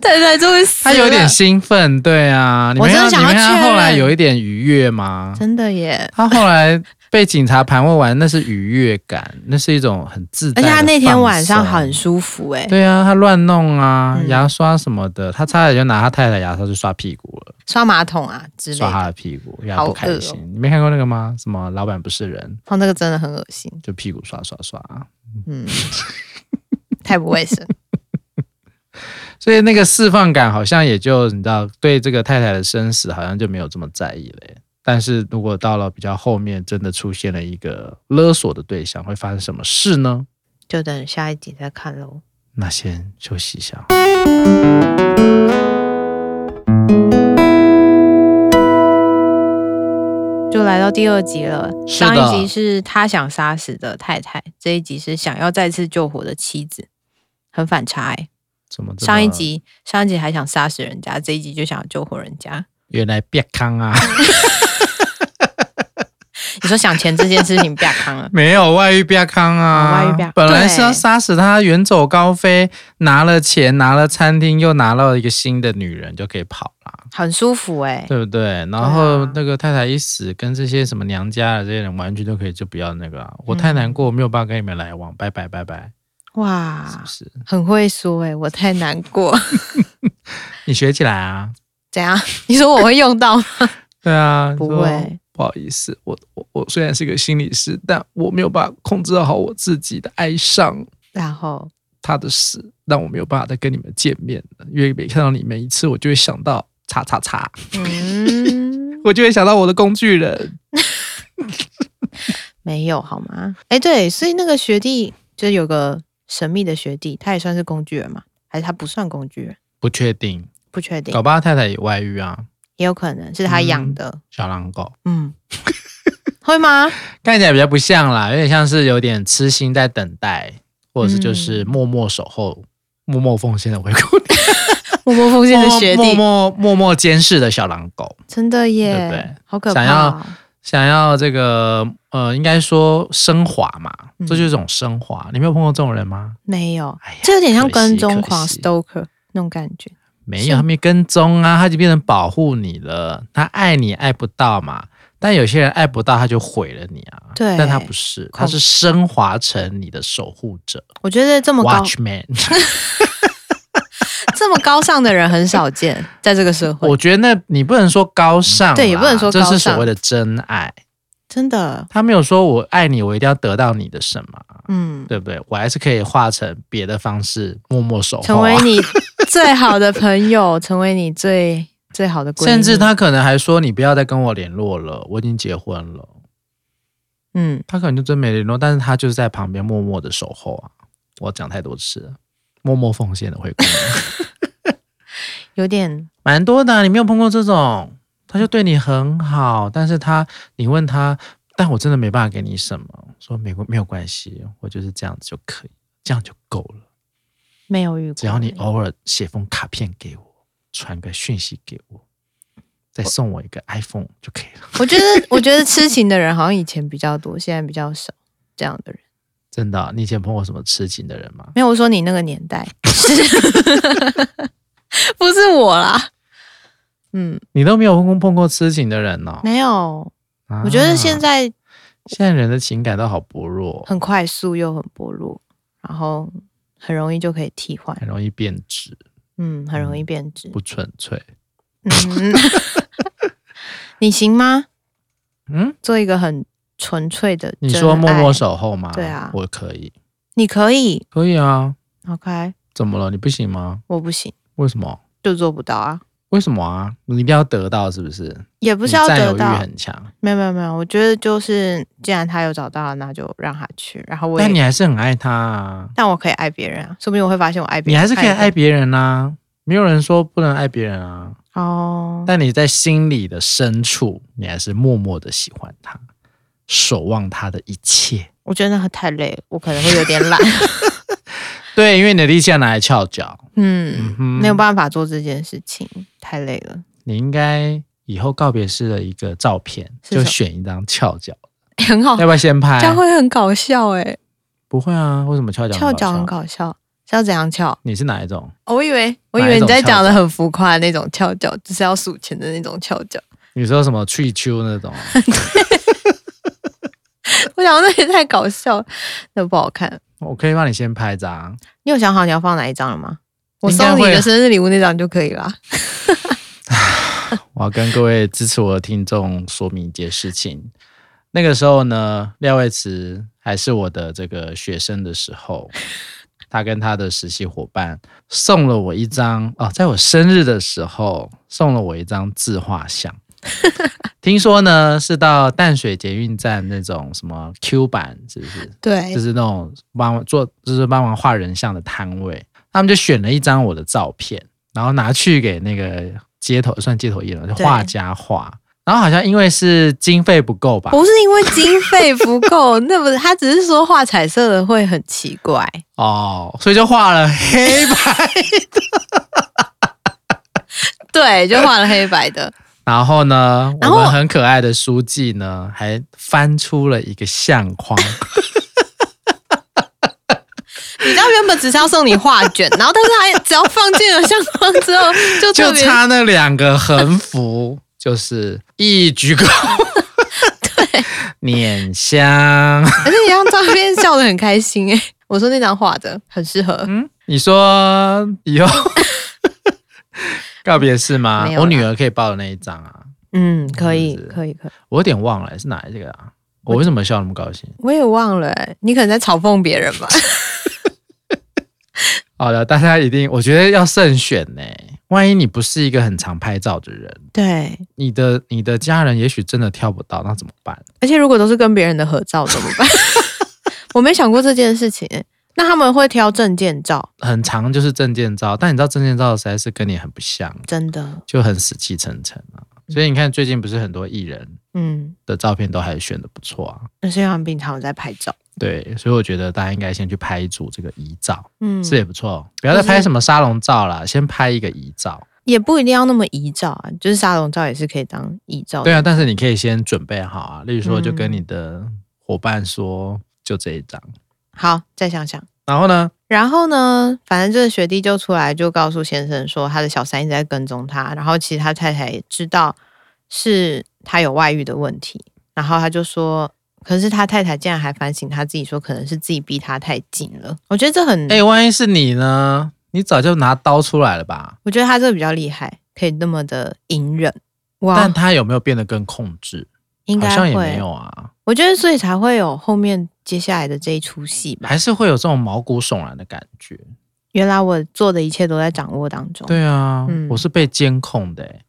[SPEAKER 2] 太太终于死
[SPEAKER 1] 他有 <laughs> 点兴奋，对啊。你
[SPEAKER 2] 啊我
[SPEAKER 1] 们
[SPEAKER 2] 真的
[SPEAKER 1] 要你
[SPEAKER 2] 想要
[SPEAKER 1] 们要
[SPEAKER 2] 确
[SPEAKER 1] 后来
[SPEAKER 2] 认
[SPEAKER 1] 有一点愉悦吗？
[SPEAKER 2] 真的耶。
[SPEAKER 1] 他后来被警察盘问完，那是愉悦感，那是一种很自在
[SPEAKER 2] 而
[SPEAKER 1] 的
[SPEAKER 2] 且
[SPEAKER 1] 放松。
[SPEAKER 2] 他那天晚上很舒服哎、
[SPEAKER 1] 对啊，他乱弄啊，
[SPEAKER 2] 嗯
[SPEAKER 1] 牙刷什么的，他差点就拿他太太牙刷去刷屁股了，
[SPEAKER 2] 刷马桶啊之类
[SPEAKER 1] 刷他
[SPEAKER 2] 的。
[SPEAKER 1] 的屁股，因为他
[SPEAKER 2] 好
[SPEAKER 1] 不开
[SPEAKER 2] 恶
[SPEAKER 1] 心。
[SPEAKER 2] 哦
[SPEAKER 1] 你没看过那个吗？什么老板不是人，
[SPEAKER 2] 他哦那个真的很恶心，
[SPEAKER 1] 就屁股刷刷啊刷。
[SPEAKER 2] 嗯，太不
[SPEAKER 1] <laughs>
[SPEAKER 2] 卫生。
[SPEAKER 1] 所以那个释放感好像也就你知道，对这个太太的生死好像就没有这么在意了耶。但是如果到了比较后面，真的出现了一个勒索的对象，会发生什么事呢？
[SPEAKER 2] 就等下一集再看喽。
[SPEAKER 1] 那先休息一下。
[SPEAKER 2] 就来到第二集了。
[SPEAKER 1] 是的
[SPEAKER 2] 上一集是他想杀死的太太，这一集是想要再次救活的妻子，很反差哎、
[SPEAKER 1] 怎么这么
[SPEAKER 2] 上一集上一集还想杀死人家，这一集就想要救活人家。
[SPEAKER 1] 原来别康啊， <laughs>
[SPEAKER 2] 你说想钱这件事情不要扛
[SPEAKER 1] <laughs>
[SPEAKER 2] 了，
[SPEAKER 1] 没有外遇别康啊，
[SPEAKER 2] 哦外遇不要
[SPEAKER 1] 本来是要
[SPEAKER 2] 对
[SPEAKER 1] 杀死他，远走高飞，拿了钱，拿了餐厅，又拿到一个新的女人，就可以跑啦。
[SPEAKER 2] 很舒服哎、
[SPEAKER 1] 对不对？然
[SPEAKER 2] 啊
[SPEAKER 1] 后那个太太一死，跟这些什么娘家的这些人完全都可以就不要那个啊、
[SPEAKER 2] 嗯
[SPEAKER 1] 我太难过，没有办法跟你们来往，拜拜拜拜，是
[SPEAKER 2] 哇
[SPEAKER 1] 不，是？
[SPEAKER 2] 很会说哎、我太难过。 <laughs>
[SPEAKER 1] 你学起来啊！
[SPEAKER 2] 怎样？你说我会用
[SPEAKER 1] <laughs>
[SPEAKER 2] 到吗？
[SPEAKER 1] 对啊，
[SPEAKER 2] 不
[SPEAKER 1] 说
[SPEAKER 2] 会，
[SPEAKER 1] 不好意思，我我我虽然是个心理师，但我没有办法控制好我自己的哀伤，
[SPEAKER 2] 然后
[SPEAKER 1] 他的死让我没有办法再跟你们见面了，因为每看到你们一次，我就会想到叉叉叉，
[SPEAKER 2] 嗯，
[SPEAKER 1] 我就会想到我的工具人。
[SPEAKER 2] 没有好吗？哎，对，所以那个学弟就是有个神秘的学弟，他也算是工具人嘛？还是他不算工具人？
[SPEAKER 1] 不确定，
[SPEAKER 2] 不确定
[SPEAKER 1] 搞，不好太太也外遇啊，
[SPEAKER 2] 也有可能是他养的。
[SPEAKER 1] 小狼狗。
[SPEAKER 2] 嗯， <laughs> 会吗？
[SPEAKER 1] 看起来比较不像啦，有点像是有点痴心在 <laughs> 等待，或者是就是默默守候、默默奉献的回馈。
[SPEAKER 2] 默默奉献的学
[SPEAKER 1] 默
[SPEAKER 2] 弟，
[SPEAKER 1] 默默默监视的小狼狗，
[SPEAKER 2] 真的耶，
[SPEAKER 1] 对不对
[SPEAKER 2] 好可怕、哦
[SPEAKER 1] 想要想要这个呃，应该说升华嘛，
[SPEAKER 2] 嗯
[SPEAKER 1] 这就是一种升华。你没有碰到这种人吗？
[SPEAKER 2] 没有
[SPEAKER 1] 哎呀，
[SPEAKER 2] 这有点像
[SPEAKER 1] 可惜
[SPEAKER 2] 跟踪狂
[SPEAKER 1] 可惜
[SPEAKER 2] stalker 那种感觉。
[SPEAKER 1] 没
[SPEAKER 2] 是
[SPEAKER 1] 有，他没跟踪啊，他就变成保护你了。他爱你爱不到嘛，但有些人爱不到他就毁了你啊。
[SPEAKER 2] 对
[SPEAKER 1] 但他不是，他是升华成你的守护者
[SPEAKER 2] 我觉得这么 <laughs> 高、
[SPEAKER 1] ，Watchman。
[SPEAKER 2] 这么高尚的人很少见，在这个社会，
[SPEAKER 1] 我觉得那你不能说高尚啦，
[SPEAKER 2] 对也不能说高尚
[SPEAKER 1] 这是所谓的真爱。
[SPEAKER 2] 真的，
[SPEAKER 1] 他没有说我爱你，我一定要得到你的什么，
[SPEAKER 2] 嗯，
[SPEAKER 1] 对不对？我还是可以化成别的方式默默守
[SPEAKER 2] 成
[SPEAKER 1] 候、啊
[SPEAKER 2] 为。你最好的朋友，成为你最最好的闺蜜，
[SPEAKER 1] 甚至，他可能还说你不要再跟我联络了，我已经结婚了。
[SPEAKER 2] 嗯，
[SPEAKER 1] 他可能就真没联络，但是他就是在旁边默默的守候啊。我讲太多次了，默默奉献的回馈，
[SPEAKER 2] 有点
[SPEAKER 1] 蛮多的啊、你没有碰过这种，他就对你很好，但是他你问他，但我真的没办法给你什么，说没关没有关系，我就是这样子就可以，这样就够了。
[SPEAKER 2] 没有遇过。
[SPEAKER 1] 只要你哦偶尔写封卡片给我，传个讯息给我，再送我一个 iPhone 就可以了。
[SPEAKER 2] 我觉得，我觉得痴情的人好像以前比较多，现在比较少这样的人。
[SPEAKER 1] 真的啊、你以前碰过什么痴情的人吗？
[SPEAKER 2] 没有我说你那个年
[SPEAKER 1] <laughs>
[SPEAKER 2] 代， <laughs> 是不是我啦？嗯，
[SPEAKER 1] 你都没有碰碰过痴情的人哦。
[SPEAKER 2] 没有，
[SPEAKER 1] 啊
[SPEAKER 2] 我觉得现在
[SPEAKER 1] 现在人的情感都好薄弱，
[SPEAKER 2] 很快速又很薄弱，然后很容易就可以替换，
[SPEAKER 1] 很容易变质，
[SPEAKER 2] 嗯，很容易变质。
[SPEAKER 1] 不纯粹。
[SPEAKER 2] 嗯， <laughs> 你行吗？
[SPEAKER 1] 嗯，
[SPEAKER 2] 做一个很纯粹的真爱，
[SPEAKER 1] 你说默默守候吗？
[SPEAKER 2] 对啊
[SPEAKER 1] 我可以，
[SPEAKER 2] 你可以
[SPEAKER 1] 可以啊。
[SPEAKER 2] ，OK，
[SPEAKER 1] 怎么了？你不行吗？
[SPEAKER 2] 我不行，
[SPEAKER 1] 为什么？
[SPEAKER 2] 就做不到啊，
[SPEAKER 1] 为什么啊？你一定要得到是不是？
[SPEAKER 2] 也
[SPEAKER 1] 不
[SPEAKER 2] 不是要
[SPEAKER 1] 占
[SPEAKER 2] 得
[SPEAKER 1] 有欲
[SPEAKER 2] 到，
[SPEAKER 1] 很强，
[SPEAKER 2] 没有没有没有，我觉得就是既然他有找到了，那就让他去，然后我也
[SPEAKER 1] 但你还是很爱他啊，
[SPEAKER 2] 但我可以爱别人啊，说不定我会发现我爱别
[SPEAKER 1] 你
[SPEAKER 2] 人，
[SPEAKER 1] 还是可以爱
[SPEAKER 2] 爱
[SPEAKER 1] 别人啊。没有人说不能爱别人啊，
[SPEAKER 2] 哦，
[SPEAKER 1] 但你在心里的深处，你还是默默的喜欢他，守望他的一切。
[SPEAKER 2] 我觉得那太累了，我可能会有点
[SPEAKER 1] <laughs>
[SPEAKER 2] 懒，
[SPEAKER 1] 对，因为你的力气要拿来翘脚。
[SPEAKER 2] 嗯，
[SPEAKER 1] 嗯哼
[SPEAKER 2] 没有办法做这件事情，太累了。
[SPEAKER 1] 你应该以后告别式的一个照片，
[SPEAKER 2] 是什
[SPEAKER 1] 就
[SPEAKER 2] 么
[SPEAKER 1] 选一张翘脚，
[SPEAKER 2] 很好，
[SPEAKER 1] 要不要先拍
[SPEAKER 2] 这？样会很搞笑哎、
[SPEAKER 1] 不会啊，为什么翘脚？
[SPEAKER 2] 翘脚很。搞笑，是要怎样翘？哦
[SPEAKER 1] 你是哪一种？
[SPEAKER 2] 我以为我以
[SPEAKER 1] 哪一
[SPEAKER 2] 为你
[SPEAKER 1] 种
[SPEAKER 2] 在
[SPEAKER 1] 翘
[SPEAKER 2] 讲的
[SPEAKER 1] 脚
[SPEAKER 2] 很浮夸的那种翘脚，就是要数钱的那种翘脚。 <laughs>
[SPEAKER 1] 你说什么去秋那种？ <laughs>
[SPEAKER 2] 我想那也太搞笑了，那不好看。
[SPEAKER 1] 我可以帮你先拍张。
[SPEAKER 2] 你有想好你要放哪一张了吗？我
[SPEAKER 1] 应该
[SPEAKER 2] 送你
[SPEAKER 1] 会啊
[SPEAKER 2] 的生日礼物那张就可以啦。
[SPEAKER 1] 我要跟各位支持我的听众说明一件事情。那个时候呢，廖卫慈还是我的这个学生的时候，他跟他的实习伙伴送了我一张哦，在我生日的时候送了我一张自画像。听说呢是到淡水捷运站那种什么 Q 版，是不是？
[SPEAKER 2] 对
[SPEAKER 1] 就，是那种帮忙做，就是帮忙画人像的摊位，他们就选了一张我的照片，然后拿去给那个街头算街头艺人，就
[SPEAKER 2] 对
[SPEAKER 1] 画家画。然后好像因为是经费不够吧，
[SPEAKER 2] 不是因为经费不够，那不是他只是说画彩色的会很奇
[SPEAKER 1] <laughs>
[SPEAKER 2] 怪。
[SPEAKER 1] 哦，所以就画了黑
[SPEAKER 2] <laughs>
[SPEAKER 1] 白。
[SPEAKER 2] 对，就画了黑白的，
[SPEAKER 1] 然后呢，
[SPEAKER 2] 然
[SPEAKER 1] 我
[SPEAKER 2] 后
[SPEAKER 1] 们很可爱的书记呢，还翻出了一个相
[SPEAKER 2] <laughs>
[SPEAKER 1] 框，
[SPEAKER 2] 你知道原本只是要送你画卷，然后但是他只要放进了相框之后，就特
[SPEAKER 1] 就
[SPEAKER 2] 别
[SPEAKER 1] 差那两个横幅，就是一鞠
[SPEAKER 2] <laughs>
[SPEAKER 1] 躬， <laughs> 对，捻香。
[SPEAKER 2] <laughs> 而且你张照片笑得很开心哎、 <laughs> 我说那张画的很适合，
[SPEAKER 1] 嗯，你说以后
[SPEAKER 2] <laughs>
[SPEAKER 1] 告别式吗
[SPEAKER 2] 没？有啦
[SPEAKER 1] 我女儿可以抱的那一张啊，
[SPEAKER 2] 嗯，可以
[SPEAKER 1] 是不是，
[SPEAKER 2] 可以，可以。
[SPEAKER 1] 我有点忘了、是哪一个啊？我为什么笑那么高兴？
[SPEAKER 2] 我也忘了、欸，你可能在嘲讽别人吧？
[SPEAKER 1] 好了，哦大家一定，我觉得要慎选呢、万一你不是一个很常拍照的人，
[SPEAKER 2] <laughs> 对，
[SPEAKER 1] 你的你的家人也许真的挑不到，那怎么办？
[SPEAKER 2] 而且如果都是跟别人的合照怎么 <laughs> 办？我没想过这件事情欸、那他们会挑证件照，
[SPEAKER 1] 很长就是证件照，但你知道证件照实在是跟你很不像，
[SPEAKER 2] 真的，
[SPEAKER 1] 就很死气沉沉啊。所以你看，最近不是很多艺人
[SPEAKER 2] 嗯，
[SPEAKER 1] 的照片都还选的不错啊，
[SPEAKER 2] 那是因为他们平常有在拍照，
[SPEAKER 1] 对，所以我觉得大家应该先去拍一组这个遗照，
[SPEAKER 2] 嗯，
[SPEAKER 1] 这也不错。不要再
[SPEAKER 2] 就是
[SPEAKER 1] 拍什么沙龙照啦，先拍一个遗照。
[SPEAKER 2] 也不一定要那么遗照啊，就是沙龙照也是可以当遗照的。
[SPEAKER 1] 对啊，但是你可以先准备好啊，例如说就跟
[SPEAKER 2] 嗯
[SPEAKER 1] 你的伙伴说，就这一张。
[SPEAKER 2] 好，再想想。
[SPEAKER 1] 然后呢，
[SPEAKER 2] 然后呢，反正这个学弟就出来就告诉先生说，他的小三一直在跟踪他，然后其实他太太也知道是他有外遇的问题，然后他就说，可是他太太竟然还反省他自己说，可能是自己逼他太紧了。我觉得这很，
[SPEAKER 1] 哎、万一是你呢？你早就拿刀出来了吧？
[SPEAKER 2] 我觉得他这个比较厉害，可以那么的隐忍。哇
[SPEAKER 1] 但，他有没有变得更控制？
[SPEAKER 2] 哦应
[SPEAKER 1] 好
[SPEAKER 2] 该
[SPEAKER 1] 像也没
[SPEAKER 2] 会，
[SPEAKER 1] 有啊，
[SPEAKER 2] 我觉得所以才会有后面接下来的这一出戏吧。
[SPEAKER 1] 还是会有这种毛骨悚然的感觉。
[SPEAKER 2] 原来我做的一切都在掌握当中。
[SPEAKER 1] 对啊，
[SPEAKER 2] 嗯
[SPEAKER 1] 我是被监控的、欸，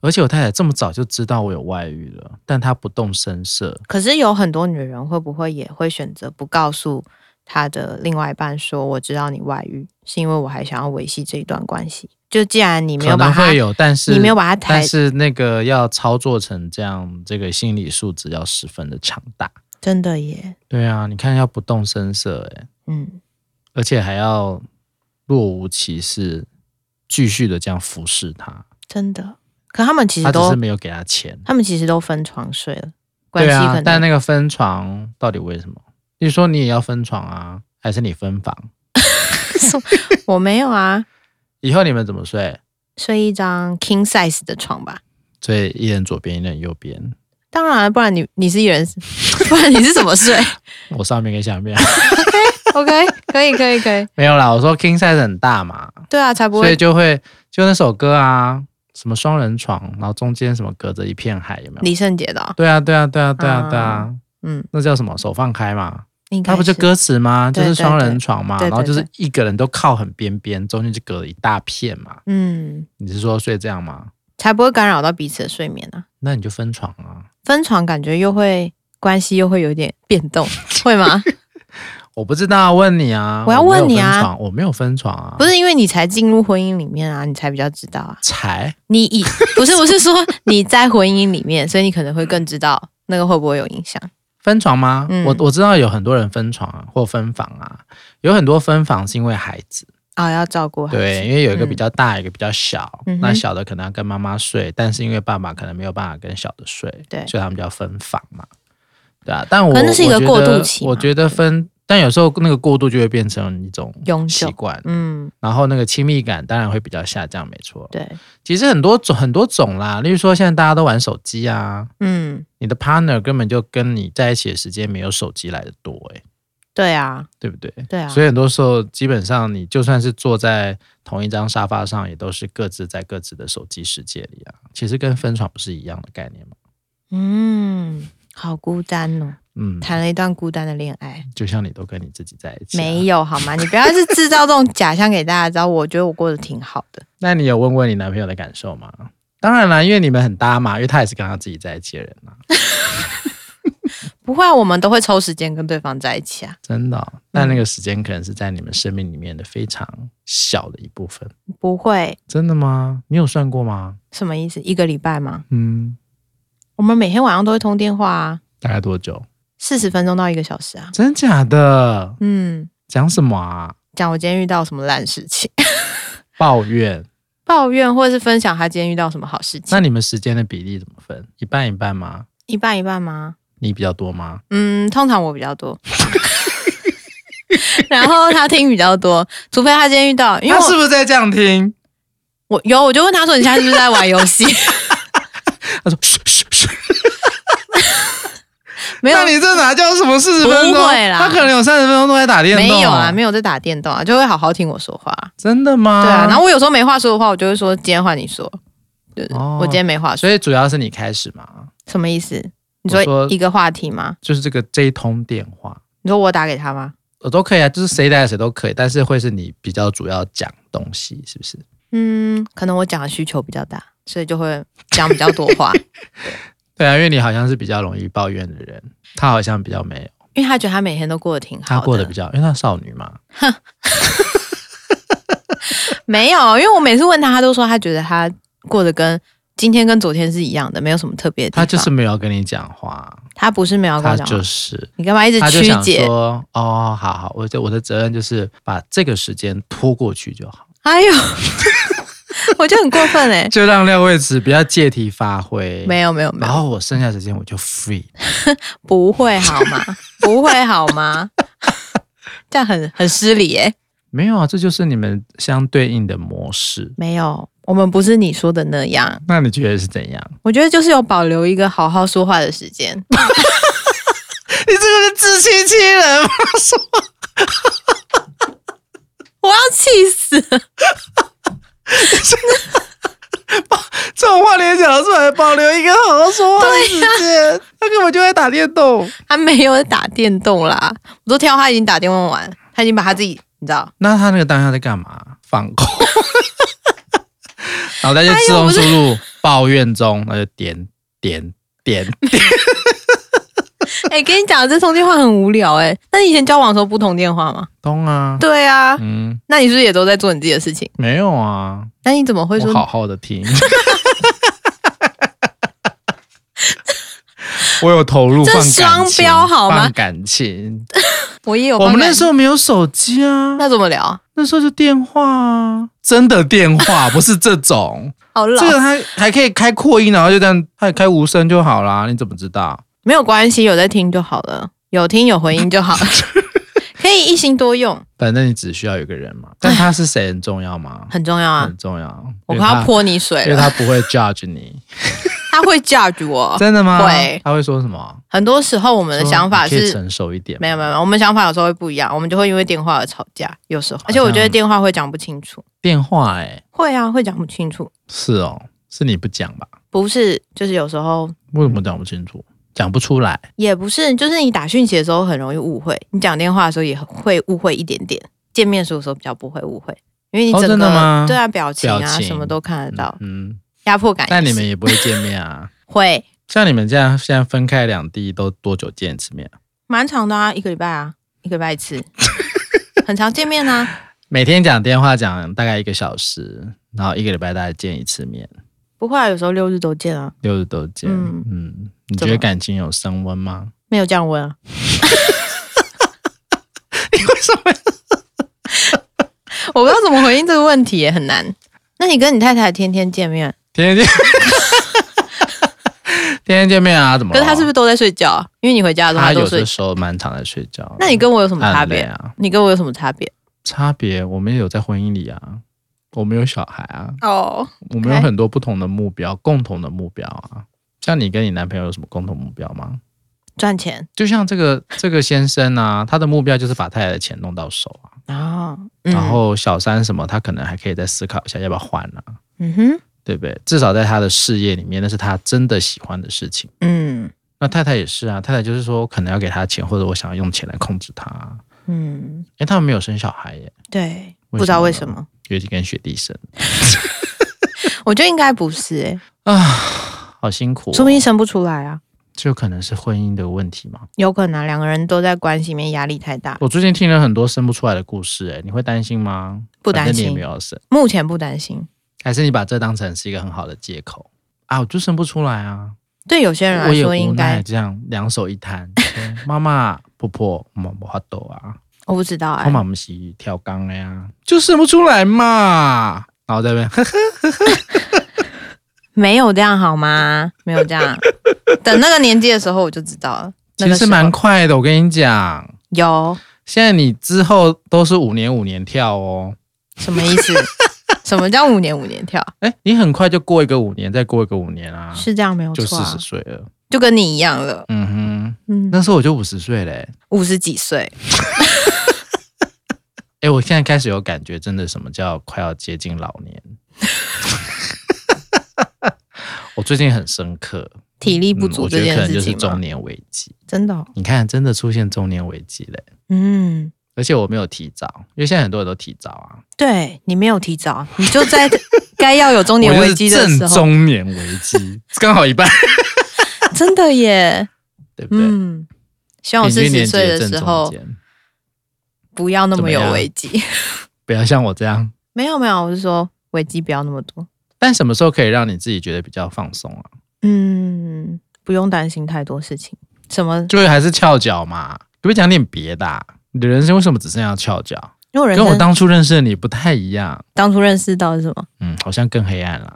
[SPEAKER 1] 而且我太太这么早就知道我有外遇了，但她不动声色。
[SPEAKER 2] 可是有很多女人会不会也会选择不告诉她的另外一半说我知道你外遇，是因为我还想要维系这一段关系？就既然你没
[SPEAKER 1] 可
[SPEAKER 2] 有把
[SPEAKER 1] 能
[SPEAKER 2] 它
[SPEAKER 1] 会，有，但是
[SPEAKER 2] 你没有把它抬
[SPEAKER 1] 但，是那个要操作成这样，这个心理素质要十分的强大。
[SPEAKER 2] 真的耶，
[SPEAKER 1] 对啊，你看要不动声色、欸，
[SPEAKER 2] 嗯，
[SPEAKER 1] 而且还要若无其事，继续的这样服侍他。
[SPEAKER 2] 真的。可他们其实
[SPEAKER 1] 他只
[SPEAKER 2] 都，
[SPEAKER 1] 是
[SPEAKER 2] 他
[SPEAKER 1] 没有给他钱，
[SPEAKER 2] 们其实都分床睡了，关
[SPEAKER 1] 对
[SPEAKER 2] 系
[SPEAKER 1] 啊
[SPEAKER 2] 可。
[SPEAKER 1] 但那
[SPEAKER 2] 能、
[SPEAKER 1] 个分床到底为什么？你说你也要分床啊，还是你分房？
[SPEAKER 2] <laughs> 我没有啊，
[SPEAKER 1] 以后你们怎么睡？
[SPEAKER 2] 睡一张 king size 的床吧。
[SPEAKER 1] 所以一人左边，一人右边，
[SPEAKER 2] 当然啊，不然你你是一人， <laughs> 不然你是怎么睡
[SPEAKER 1] 我上面跟下面 <laughs>
[SPEAKER 2] ？OK，可以可以可以，
[SPEAKER 1] 没有啦。我说 king size 很大嘛，
[SPEAKER 2] 对啊，才不
[SPEAKER 1] 所以
[SPEAKER 2] 会
[SPEAKER 1] 就会就那首歌啊，什么双人床，然后中间什么隔着一片海，有没有？
[SPEAKER 2] 李圣杰的哦、
[SPEAKER 1] 对啊，对啊，对啊，对啊，对啊
[SPEAKER 2] 啊，嗯，
[SPEAKER 1] 那叫什么？手放开嘛，
[SPEAKER 2] 应该
[SPEAKER 1] 它不就是歌词吗？就是
[SPEAKER 2] 对对
[SPEAKER 1] 双人
[SPEAKER 2] 对
[SPEAKER 1] 床嘛，
[SPEAKER 2] 对对
[SPEAKER 1] 然后就是
[SPEAKER 2] 对
[SPEAKER 1] 一个人都靠很边边，中间就隔了一大片嘛。
[SPEAKER 2] 嗯，
[SPEAKER 1] 你是说睡这样吗？
[SPEAKER 2] 才不会干扰到彼此的睡眠啊。
[SPEAKER 1] 那你就分床啊。
[SPEAKER 2] 分床感觉又会关系又会有点变动，
[SPEAKER 1] <laughs>
[SPEAKER 2] 会吗？
[SPEAKER 1] 我不知道，问你啊。
[SPEAKER 2] 我要
[SPEAKER 1] 没有
[SPEAKER 2] 问你
[SPEAKER 1] 分
[SPEAKER 2] 啊
[SPEAKER 1] 床我没有分床啊。
[SPEAKER 2] 不是因为你才进入婚姻里面啊，你才比较知道啊。
[SPEAKER 1] 才
[SPEAKER 2] 你以不是我是说你在婚姻里面，所以你可能会更知道那个会不会有影响。
[SPEAKER 1] 分床吗？
[SPEAKER 2] 嗯
[SPEAKER 1] 我我知道有很多人分床啊，或分房啊，有很多分房是因为孩子，
[SPEAKER 2] 啊、要照顾孩子
[SPEAKER 1] 对，，因为有一个
[SPEAKER 2] 嗯
[SPEAKER 1] 比较大，一个比较小，
[SPEAKER 2] 嗯哼
[SPEAKER 1] 那小的可能要跟妈妈睡，但是因为爸爸可能没有办法跟小的睡，
[SPEAKER 2] 对
[SPEAKER 1] 所以他们就要分房嘛，对啊。但我
[SPEAKER 2] 可能那是一个
[SPEAKER 1] 我觉得
[SPEAKER 2] 过渡期嘛
[SPEAKER 1] 我觉得分，但有时候那个过渡就会变成一种
[SPEAKER 2] 永
[SPEAKER 1] 习
[SPEAKER 2] 久。
[SPEAKER 1] 惯，
[SPEAKER 2] 嗯，
[SPEAKER 1] 然后那个亲密感当然会比较下降，没错。
[SPEAKER 2] 对，
[SPEAKER 1] 其实很多种很多种啦，例如说现在大家都玩手机啊，
[SPEAKER 2] 嗯，
[SPEAKER 1] 你的 partner 根本就跟你在一起的时间没有手机来的多、欸，
[SPEAKER 2] 对啊，
[SPEAKER 1] 对不对？
[SPEAKER 2] 对啊，
[SPEAKER 1] 所以很多时候，基本上你就算是坐在同一张沙发上，也都是各自在各自的手机世界里啊。其实跟分床不是一样的概念嘛？
[SPEAKER 2] 嗯，好孤单哦，
[SPEAKER 1] 嗯，
[SPEAKER 2] 谈了一段孤单的恋爱。
[SPEAKER 1] 就像你都跟你自己在一起、啊
[SPEAKER 2] 没
[SPEAKER 1] 有？
[SPEAKER 2] 有好吗？你不要是制造这种假象给大家知道。我觉得我过得挺好的。
[SPEAKER 1] 那你有问过你男朋友的感受吗？当然啦，因为你们很搭嘛，因为他也是跟他自己在一起的人啊，
[SPEAKER 2] 不会啊，我们都会抽时间跟对方在一起啊，
[SPEAKER 1] 真的哦、但那个时间可能是在你们生命里面的非常小的一部分。
[SPEAKER 2] 不会
[SPEAKER 1] 真的吗？你有算过吗？
[SPEAKER 2] 什么意思？一个礼拜吗？
[SPEAKER 1] 嗯，
[SPEAKER 2] 我们每天晚上都会通电话啊，
[SPEAKER 1] 大概多久？
[SPEAKER 2] 四十分钟到一个小时啊。
[SPEAKER 1] 真假的？
[SPEAKER 2] 嗯，
[SPEAKER 1] 讲什么啊？
[SPEAKER 2] 讲我今天遇到什么烂事情， <laughs>
[SPEAKER 1] 抱怨。
[SPEAKER 2] 抱怨或者是分享他今天遇到什么好事情
[SPEAKER 1] 那，你们时间的比例怎么分？一半一半吗？
[SPEAKER 2] 一半一半吗？
[SPEAKER 1] 你比较多吗？
[SPEAKER 2] 嗯，通常我比较多， <laughs> 然后他听比较多，除非他今天遇到，因为
[SPEAKER 1] 他
[SPEAKER 2] 我
[SPEAKER 1] 是不是在这样听？
[SPEAKER 2] 我有我就问他说你现在是不是在玩游
[SPEAKER 1] <laughs>
[SPEAKER 2] 戏？
[SPEAKER 1] 他说：“嘘嘘 <laughs> 嘘。
[SPEAKER 2] 没有
[SPEAKER 1] 那你这哪叫什么四十分钟？
[SPEAKER 2] 不会啦
[SPEAKER 1] 他可能有三十分钟都在打电动。
[SPEAKER 2] 没有啊，，没有在打电动啊，就会好好听我说话。
[SPEAKER 1] 真的吗？
[SPEAKER 2] 对啊，然后我有时候没话说的话，我就会说今天换你说。对，
[SPEAKER 1] 哦
[SPEAKER 2] 我今天没话说，
[SPEAKER 1] 所以主要是你开始嘛，
[SPEAKER 2] 什么意思？你
[SPEAKER 1] 我说
[SPEAKER 2] 说一个话题吗？
[SPEAKER 1] 就是这个这一通电话，
[SPEAKER 2] 你说我打给他吗？
[SPEAKER 1] 我都可以啊，就是谁来谁都可以，但是会是你比较主要讲东西，是不是？
[SPEAKER 2] 嗯，可能我讲的需求比较大，所以就会讲比较多
[SPEAKER 1] <laughs>
[SPEAKER 2] 话，
[SPEAKER 1] 对啊，因为你好像是比较容易抱怨的人，他好像比较没有，
[SPEAKER 2] 因为他觉得他每天都过得挺好
[SPEAKER 1] 他过得比较，因为他少女嘛，
[SPEAKER 2] 没有，因为我每次问他，他都说他觉得他过得跟今天跟昨天是一样的，没有什么特别的地
[SPEAKER 1] 他
[SPEAKER 2] 方。
[SPEAKER 1] 就是没有要跟你讲话，
[SPEAKER 2] 他不是没有跟
[SPEAKER 1] 他
[SPEAKER 2] 我讲话，
[SPEAKER 1] 就是
[SPEAKER 2] 你干嘛一直
[SPEAKER 1] 他就
[SPEAKER 2] 曲
[SPEAKER 1] 想
[SPEAKER 2] 解？
[SPEAKER 1] 说，哦，好好，我的我的责任就是把这个时间拖过去就好，
[SPEAKER 2] 哎呦，我就很过分哎、
[SPEAKER 1] 就让廖卫子不要借题发挥。
[SPEAKER 2] 没有没有没
[SPEAKER 1] 然
[SPEAKER 2] 有，
[SPEAKER 1] 后我剩下的时间我就 free，
[SPEAKER 2] 不会好吗？不会好
[SPEAKER 1] <laughs>
[SPEAKER 2] 吗？这样很很失礼哎、
[SPEAKER 1] 没有啊，这就是你们相对应的模式。
[SPEAKER 2] 没有，我们不是你说的那样。
[SPEAKER 1] 那你觉得是怎样？
[SPEAKER 2] 我觉得就是有保留一个好好说话的时 <laughs> 间。
[SPEAKER 1] 你这个是自欺欺人吗？
[SPEAKER 2] 我要气死了！
[SPEAKER 1] 这种话连讲出来，保留一个好好说话的时间，他根本就在打电动。
[SPEAKER 2] 他没有打电动啦，我都挑他已经打电动玩，他已经把他自己，你知道，
[SPEAKER 1] 那他那个当下在干嘛？放空， <laughs> 脑袋就自动输入抱怨中，那就点点点。
[SPEAKER 2] <laughs> 哎、跟你讲，这通电话很无聊哎、那你以前交往的时候不通电话吗？
[SPEAKER 1] 通啊，
[SPEAKER 2] 对 <laughs> 啊，
[SPEAKER 1] 嗯，
[SPEAKER 2] 那你是不是也都在做你自己的事情？
[SPEAKER 1] 没有啊，
[SPEAKER 2] 那你怎么会说
[SPEAKER 1] 我好好的听。 <laughs> 我有投入，
[SPEAKER 2] 这
[SPEAKER 1] 放感
[SPEAKER 2] 双
[SPEAKER 1] 情
[SPEAKER 2] 标好吗
[SPEAKER 1] 放感情。
[SPEAKER 2] 我也有
[SPEAKER 1] 我
[SPEAKER 2] 放
[SPEAKER 1] 们
[SPEAKER 2] 感
[SPEAKER 1] 那时候没有手机啊，
[SPEAKER 2] 那怎么聊？
[SPEAKER 1] 那时候就电话啊，真的电话，不是这种。
[SPEAKER 2] 好 <laughs> 老，
[SPEAKER 1] 这个还还可以开扩音，然后就这样，它也开无声就好啦。你怎么知道？
[SPEAKER 2] 没有关系，有在听就好了，有听有回音就 <laughs> 好了，可以一心多用，
[SPEAKER 1] 反正你只需要有一个人
[SPEAKER 2] <laughs>
[SPEAKER 1] 嘛。但他是谁很重要吗？
[SPEAKER 2] 很重要 <laughs> 啊。
[SPEAKER 1] 很重要。
[SPEAKER 2] 我
[SPEAKER 1] 因为
[SPEAKER 2] 快要
[SPEAKER 1] 他，
[SPEAKER 2] 泼你水
[SPEAKER 1] 因为
[SPEAKER 2] 了，
[SPEAKER 1] 他不会 judge
[SPEAKER 2] <laughs>
[SPEAKER 1] 你，
[SPEAKER 2] 他会 judge 我。
[SPEAKER 1] 真的吗？
[SPEAKER 2] 哦会
[SPEAKER 1] 他会说什么？
[SPEAKER 2] 很多时候我
[SPEAKER 1] 我
[SPEAKER 2] 们的想法是
[SPEAKER 1] 成熟一点。
[SPEAKER 2] 没有没有，没有我们想法有时候会不一样，我们就会因为电话而吵架，有时候，而且我觉得电话会讲不清楚，
[SPEAKER 1] 电话哎，
[SPEAKER 2] 会啊，会讲不清楚，
[SPEAKER 1] 是哦，是你不讲吧？
[SPEAKER 2] 不是，就是有时候
[SPEAKER 1] 为什么讲不清楚？讲不出来。
[SPEAKER 2] 也不是，就是你打讯息的时候很容易误会，你讲电话的时候也很会误会一点点，见面时候的时候比较不会误会，因为你
[SPEAKER 1] 哦
[SPEAKER 2] 整
[SPEAKER 1] 真的
[SPEAKER 2] 个
[SPEAKER 1] 吗
[SPEAKER 2] 对啊表情啊
[SPEAKER 1] 表情
[SPEAKER 2] 什么都看得到，
[SPEAKER 1] 嗯，
[SPEAKER 2] 压迫哎感也是。
[SPEAKER 1] 但你们也不会见面啊。
[SPEAKER 2] 会
[SPEAKER 1] 像你们这样现在分开两地，都多久见一次面啊？
[SPEAKER 2] 蛮长的啊，一个礼拜啊，一个礼拜
[SPEAKER 1] <laughs>
[SPEAKER 2] 一次，很常见面啊，
[SPEAKER 1] 每天讲电话讲大概一个小时，然后一个礼拜大概见一次面，
[SPEAKER 2] 不会啊，有时候六日都见啊，
[SPEAKER 1] 六日都见。
[SPEAKER 2] 嗯
[SPEAKER 1] 嗯你
[SPEAKER 2] 怎
[SPEAKER 1] 觉
[SPEAKER 2] 么
[SPEAKER 1] 得感情有升温吗？
[SPEAKER 2] 没有
[SPEAKER 1] <laughs>
[SPEAKER 2] 降温啊，
[SPEAKER 1] 你为什么？
[SPEAKER 2] 我不知道怎么回应这个问题耶，很难。那你跟你太太天天见面，
[SPEAKER 1] 天天见， <laughs> 天天见面啊？怎么
[SPEAKER 2] 可
[SPEAKER 1] 了？
[SPEAKER 2] 是她是不是都在睡觉啊？因为你回家的时候
[SPEAKER 1] 他
[SPEAKER 2] 她都
[SPEAKER 1] 有
[SPEAKER 2] 睡
[SPEAKER 1] 的。时候蛮常在睡觉的。
[SPEAKER 2] 那你跟我有什么差别
[SPEAKER 1] 很累？啊？
[SPEAKER 2] 你跟我有什么差别？
[SPEAKER 1] 差别我们也有在婚姻里啊，我们有小孩啊，
[SPEAKER 2] 哦，
[SPEAKER 1] 我们有
[SPEAKER 2] OK
[SPEAKER 1] 很多不同的目标，共同的目标啊。像你跟你男朋友有什么共同目标吗？
[SPEAKER 2] 赚钱
[SPEAKER 1] 就像这个 <laughs> 这个先生啊，他的目标就是把太太的钱弄到手啊。
[SPEAKER 2] 啊，嗯
[SPEAKER 1] 然后小三什么，他可能还可以再思考一下要不要换呢、啊，
[SPEAKER 2] 嗯哼，
[SPEAKER 1] 对不对？至少在他的事业里面，那是他真的喜欢的事情。
[SPEAKER 2] 嗯
[SPEAKER 1] 那太太也是啊，太太就是说，我可能要给他钱，或者我想要用钱来控制他、啊。
[SPEAKER 2] 嗯，
[SPEAKER 1] 因为他们没有生小孩耶，
[SPEAKER 2] 对，
[SPEAKER 1] 为
[SPEAKER 2] 不知道
[SPEAKER 1] 什么
[SPEAKER 2] 为
[SPEAKER 1] 呢
[SPEAKER 2] 什么，
[SPEAKER 1] 尤其跟雪地生
[SPEAKER 2] 我觉得应该不是、欸，
[SPEAKER 1] 啊，好辛苦、
[SPEAKER 2] 说不
[SPEAKER 1] 哦。
[SPEAKER 2] 定生不出来啊，
[SPEAKER 1] 就可能是婚姻的问题嘛。
[SPEAKER 2] 有可能啊两个人都在关系里面压力太大，
[SPEAKER 1] 我最近听了很多生不出来的故事，哎，你会担心吗？
[SPEAKER 2] 不担
[SPEAKER 1] 反正你也
[SPEAKER 2] 心
[SPEAKER 1] 没，有要生，
[SPEAKER 2] 目前不担心。
[SPEAKER 1] 还是你把这当成是一个很好的借口啊？我就生不出来啊。
[SPEAKER 2] 对有些人
[SPEAKER 1] 我
[SPEAKER 2] 来
[SPEAKER 1] 也
[SPEAKER 2] 说，
[SPEAKER 1] 无
[SPEAKER 2] 应
[SPEAKER 1] 奈
[SPEAKER 2] 该
[SPEAKER 1] 这样两手一摊，说妈妈、婆婆，我无法度啊，
[SPEAKER 2] 我不知道哎、
[SPEAKER 1] 我嘛不是跳钢的呀，就生不出来嘛。然后在那边，呵呵
[SPEAKER 2] 哎没有这样好吗？没有
[SPEAKER 1] <laughs>
[SPEAKER 2] 这样，等那个年纪的时候我就知道了。那
[SPEAKER 1] 其
[SPEAKER 2] 个
[SPEAKER 1] 实
[SPEAKER 2] 时候
[SPEAKER 1] 蛮快的。我跟你讲，
[SPEAKER 2] 有
[SPEAKER 1] 现在你之后都是五年五年跳哦。
[SPEAKER 2] 什么意思？ <laughs> 什么叫五年五年跳？
[SPEAKER 1] 哎，你很快就过一个五年，再过一个五年啊，
[SPEAKER 2] 是这样没有
[SPEAKER 1] 就
[SPEAKER 2] 错、
[SPEAKER 1] 四
[SPEAKER 2] 啊
[SPEAKER 1] 十，岁了。
[SPEAKER 2] 就跟你一样了。
[SPEAKER 1] 嗯哼，
[SPEAKER 2] 嗯，
[SPEAKER 1] 那时候我就五十岁嘞。
[SPEAKER 2] 五十几岁，
[SPEAKER 1] 哎，我现在开始有感觉，真的什么叫快要接近老年。 <laughs> 我最近很深刻，
[SPEAKER 2] 体力不
[SPEAKER 1] 嗯
[SPEAKER 2] 足
[SPEAKER 1] 我觉
[SPEAKER 2] 这
[SPEAKER 1] 得
[SPEAKER 2] 件
[SPEAKER 1] 可能就
[SPEAKER 2] 事
[SPEAKER 1] 是
[SPEAKER 2] 情吗
[SPEAKER 1] 中年危机。
[SPEAKER 2] 真的哦、
[SPEAKER 1] 你看，真的出现中年危机嘞，
[SPEAKER 2] 嗯，
[SPEAKER 1] 而且我没有提早，因为现在很多人都提早啊。
[SPEAKER 2] 对你没有提早，你就
[SPEAKER 1] <laughs>
[SPEAKER 2] 在该要有中年
[SPEAKER 1] 我
[SPEAKER 2] 危
[SPEAKER 1] 就是
[SPEAKER 2] 机的
[SPEAKER 1] 正
[SPEAKER 2] 时候，
[SPEAKER 1] 中年危机，刚好一半， <laughs>
[SPEAKER 2] 真的耶。
[SPEAKER 1] 对不对？
[SPEAKER 2] 嗯，希望我四
[SPEAKER 1] 平均年
[SPEAKER 2] 十
[SPEAKER 1] 纪
[SPEAKER 2] 岁的
[SPEAKER 1] 正
[SPEAKER 2] 时
[SPEAKER 1] 中
[SPEAKER 2] 候
[SPEAKER 1] 间
[SPEAKER 2] 不要那
[SPEAKER 1] 怎
[SPEAKER 2] 么
[SPEAKER 1] 么
[SPEAKER 2] 有
[SPEAKER 1] 样
[SPEAKER 2] 危机。
[SPEAKER 1] 不要像我这样。
[SPEAKER 2] 没有没有，我是说危机不要那么多。
[SPEAKER 1] 但什么时候可以让你自己觉得比较放松啊？
[SPEAKER 2] 嗯，不用担心太多事情。什么？
[SPEAKER 1] 就是还是翘脚嘛，可不可以讲点别的、啊？你的人生为什么只剩下翘脚？
[SPEAKER 2] 因为我人
[SPEAKER 1] 跟我
[SPEAKER 2] 生当
[SPEAKER 1] 当初认识的你不太一样，
[SPEAKER 2] 初认识到是什么？
[SPEAKER 1] 嗯，好像更黑暗了。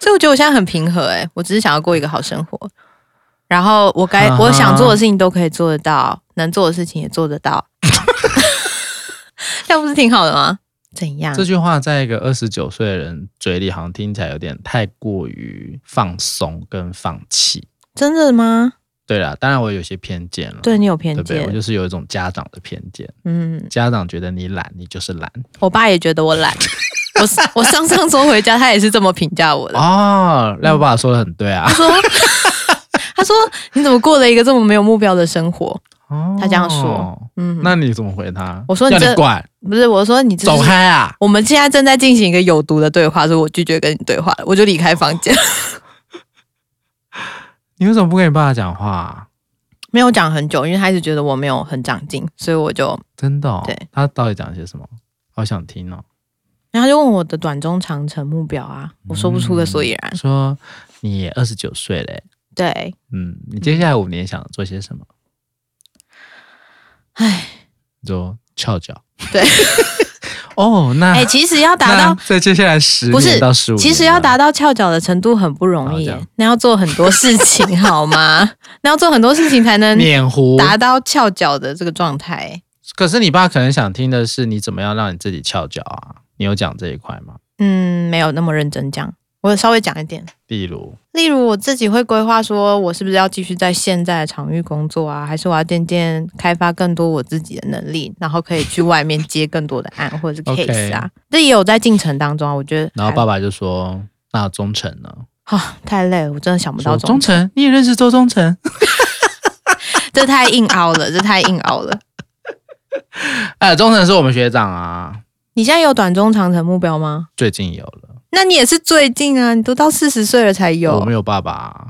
[SPEAKER 2] 所以我觉得我现在很平和、欸，我只是想要过一个好生活。然后我该
[SPEAKER 1] 啊哈
[SPEAKER 2] 我想做的事情都可以做得到，能做的事情也做得
[SPEAKER 1] <laughs>
[SPEAKER 2] 到，这样不是挺好的吗？怎
[SPEAKER 1] <laughs>
[SPEAKER 2] 样？
[SPEAKER 1] 这句话在一个二十九岁的人嘴里，好像听起来有点太过于放松跟放弃。
[SPEAKER 2] 真的吗？
[SPEAKER 1] 对啦，当然我有些偏见了，
[SPEAKER 2] 对你有偏
[SPEAKER 1] 对不对？我
[SPEAKER 2] 见，
[SPEAKER 1] 就是有一种家长的偏见，
[SPEAKER 2] 嗯，
[SPEAKER 1] 家长觉得你懒，你就是懒。
[SPEAKER 2] 我爸也觉得我懒。我我上上周回家，他也是这么评价我的。
[SPEAKER 1] 哦，赖我爸说的很对啊。
[SPEAKER 2] 他说：“你怎么过了一个这么没有目标的生活
[SPEAKER 1] 哦
[SPEAKER 2] <laughs> 他这样说，？”嗯，
[SPEAKER 1] 那你怎么回他？
[SPEAKER 2] 我说你
[SPEAKER 1] 叫
[SPEAKER 2] 这
[SPEAKER 1] 你管，
[SPEAKER 2] 不是我说你这
[SPEAKER 1] 走
[SPEAKER 2] 是
[SPEAKER 1] 开啊！
[SPEAKER 2] 我们现在正在进行一个有毒的对话，所以我拒绝跟你对话了，我就离开房间。
[SPEAKER 1] 你为什么不跟你爸讲话啊？
[SPEAKER 2] <laughs> 没有讲很久，因为他一直觉得我没有很长进，所以我就，
[SPEAKER 1] 真的、哦？
[SPEAKER 2] 对，
[SPEAKER 1] 他到底讲些什么？好想听哦。
[SPEAKER 2] 然后他就问我的短中长程目标啊，我说不出个所以然。
[SPEAKER 1] 说你二十九岁嘞，
[SPEAKER 2] 对，
[SPEAKER 1] 嗯，你接下来五年想做些什么？
[SPEAKER 2] 唉，
[SPEAKER 1] 你说翘脚。
[SPEAKER 2] 对。
[SPEAKER 1] <laughs> 哦，那
[SPEAKER 2] 哎、其实要达
[SPEAKER 1] 那，
[SPEAKER 2] 到
[SPEAKER 1] 在接下来十
[SPEAKER 2] 不是
[SPEAKER 1] 年到十五，
[SPEAKER 2] 其实要达到翘脚的程度很不容易
[SPEAKER 1] 好这
[SPEAKER 2] 耶
[SPEAKER 1] 样，
[SPEAKER 2] 那要做很多事情
[SPEAKER 1] <laughs>
[SPEAKER 2] 好吗？那要做很多事情才能
[SPEAKER 1] 免糊。
[SPEAKER 2] 达到翘脚的这个状态。
[SPEAKER 1] 可是你爸可能想听的是你怎么样让你自己翘脚啊？你有讲这一块吗？
[SPEAKER 2] 嗯，没有那么认真讲，我稍微讲一点。
[SPEAKER 1] 例如，
[SPEAKER 2] 例如我自己会规划说，我是不是要继续在现在的场域工作啊，还是我要渐渐开发更多我自己的能力，然后可以去
[SPEAKER 1] <laughs>
[SPEAKER 2] 外面接更多的案或者是
[SPEAKER 1] OK
[SPEAKER 2] case 啊这也有在进程当中啊。我觉得还，
[SPEAKER 1] 然后爸爸就说：“那忠诚呢？”
[SPEAKER 2] 啊、太累了，我真的想不到
[SPEAKER 1] 说
[SPEAKER 2] 这种
[SPEAKER 1] 忠，诚，你也认识周忠诚？ <laughs>
[SPEAKER 2] 这太硬凹了，这太硬凹了。
[SPEAKER 1] 哎，忠诚是我们学长啊，
[SPEAKER 2] 你现在有短中长程目标吗？
[SPEAKER 1] 最近有了，
[SPEAKER 2] 那你也是最近啊，你都到四十岁了才有。
[SPEAKER 1] 我没有爸爸、啊。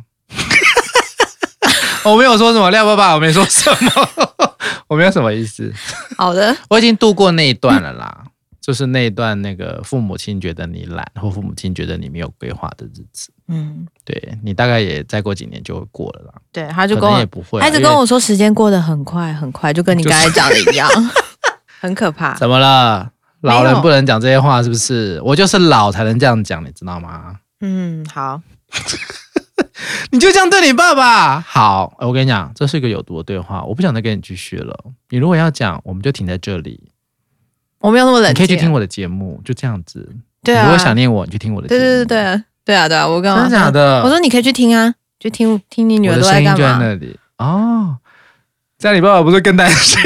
[SPEAKER 1] <laughs> 我没有说什么廖爸爸，我没说什么， <laughs> 我没有什么意思。<laughs>
[SPEAKER 2] 好的，
[SPEAKER 1] 我已经度过那一段了啦，就是那一段那个父母亲觉得你懒，或父母亲觉得你没有规划的日子。
[SPEAKER 2] 嗯，
[SPEAKER 1] 对你大概也再过几年就会过了啦，
[SPEAKER 2] 对，他就
[SPEAKER 1] 可
[SPEAKER 2] 跟
[SPEAKER 1] 能也
[SPEAKER 2] 我，
[SPEAKER 1] 不会啦。啊
[SPEAKER 2] 他一直
[SPEAKER 1] 因
[SPEAKER 2] 跟
[SPEAKER 1] 为
[SPEAKER 2] 我说时间过得很快很快，就跟你
[SPEAKER 1] 就是
[SPEAKER 2] 刚才讲的
[SPEAKER 1] <laughs>
[SPEAKER 2] 一样，很可怕。
[SPEAKER 1] 怎么了？
[SPEAKER 2] 没
[SPEAKER 1] 老
[SPEAKER 2] 有
[SPEAKER 1] 人不能讲这些话，是不是？我就是老才能这样讲，你知道吗？
[SPEAKER 2] 嗯，好，
[SPEAKER 1] 你就这样对你爸爸好。呃我跟你讲，这是一个有毒的对话，我不想再跟你继续了。你如果要讲，我们就停在这里。
[SPEAKER 2] 我没有那么冷
[SPEAKER 1] 你可
[SPEAKER 2] 静
[SPEAKER 1] 以
[SPEAKER 2] 啊。
[SPEAKER 1] 去听我的节目，就这样子。
[SPEAKER 2] 对啊，
[SPEAKER 1] 你如果想念我，你去听我的节
[SPEAKER 2] 对
[SPEAKER 1] 目。
[SPEAKER 2] 对对对啊对啊对啊，我干嘛？
[SPEAKER 1] 真的假的？
[SPEAKER 2] 我说你可以去听啊，就听听你女
[SPEAKER 1] 我
[SPEAKER 2] 儿
[SPEAKER 1] 的
[SPEAKER 2] 都
[SPEAKER 1] 声
[SPEAKER 2] 在
[SPEAKER 1] 音
[SPEAKER 2] 干
[SPEAKER 1] 就在
[SPEAKER 2] 嘛？
[SPEAKER 1] 那里哦。这样你爸爸不是更担
[SPEAKER 2] <laughs>
[SPEAKER 1] 心？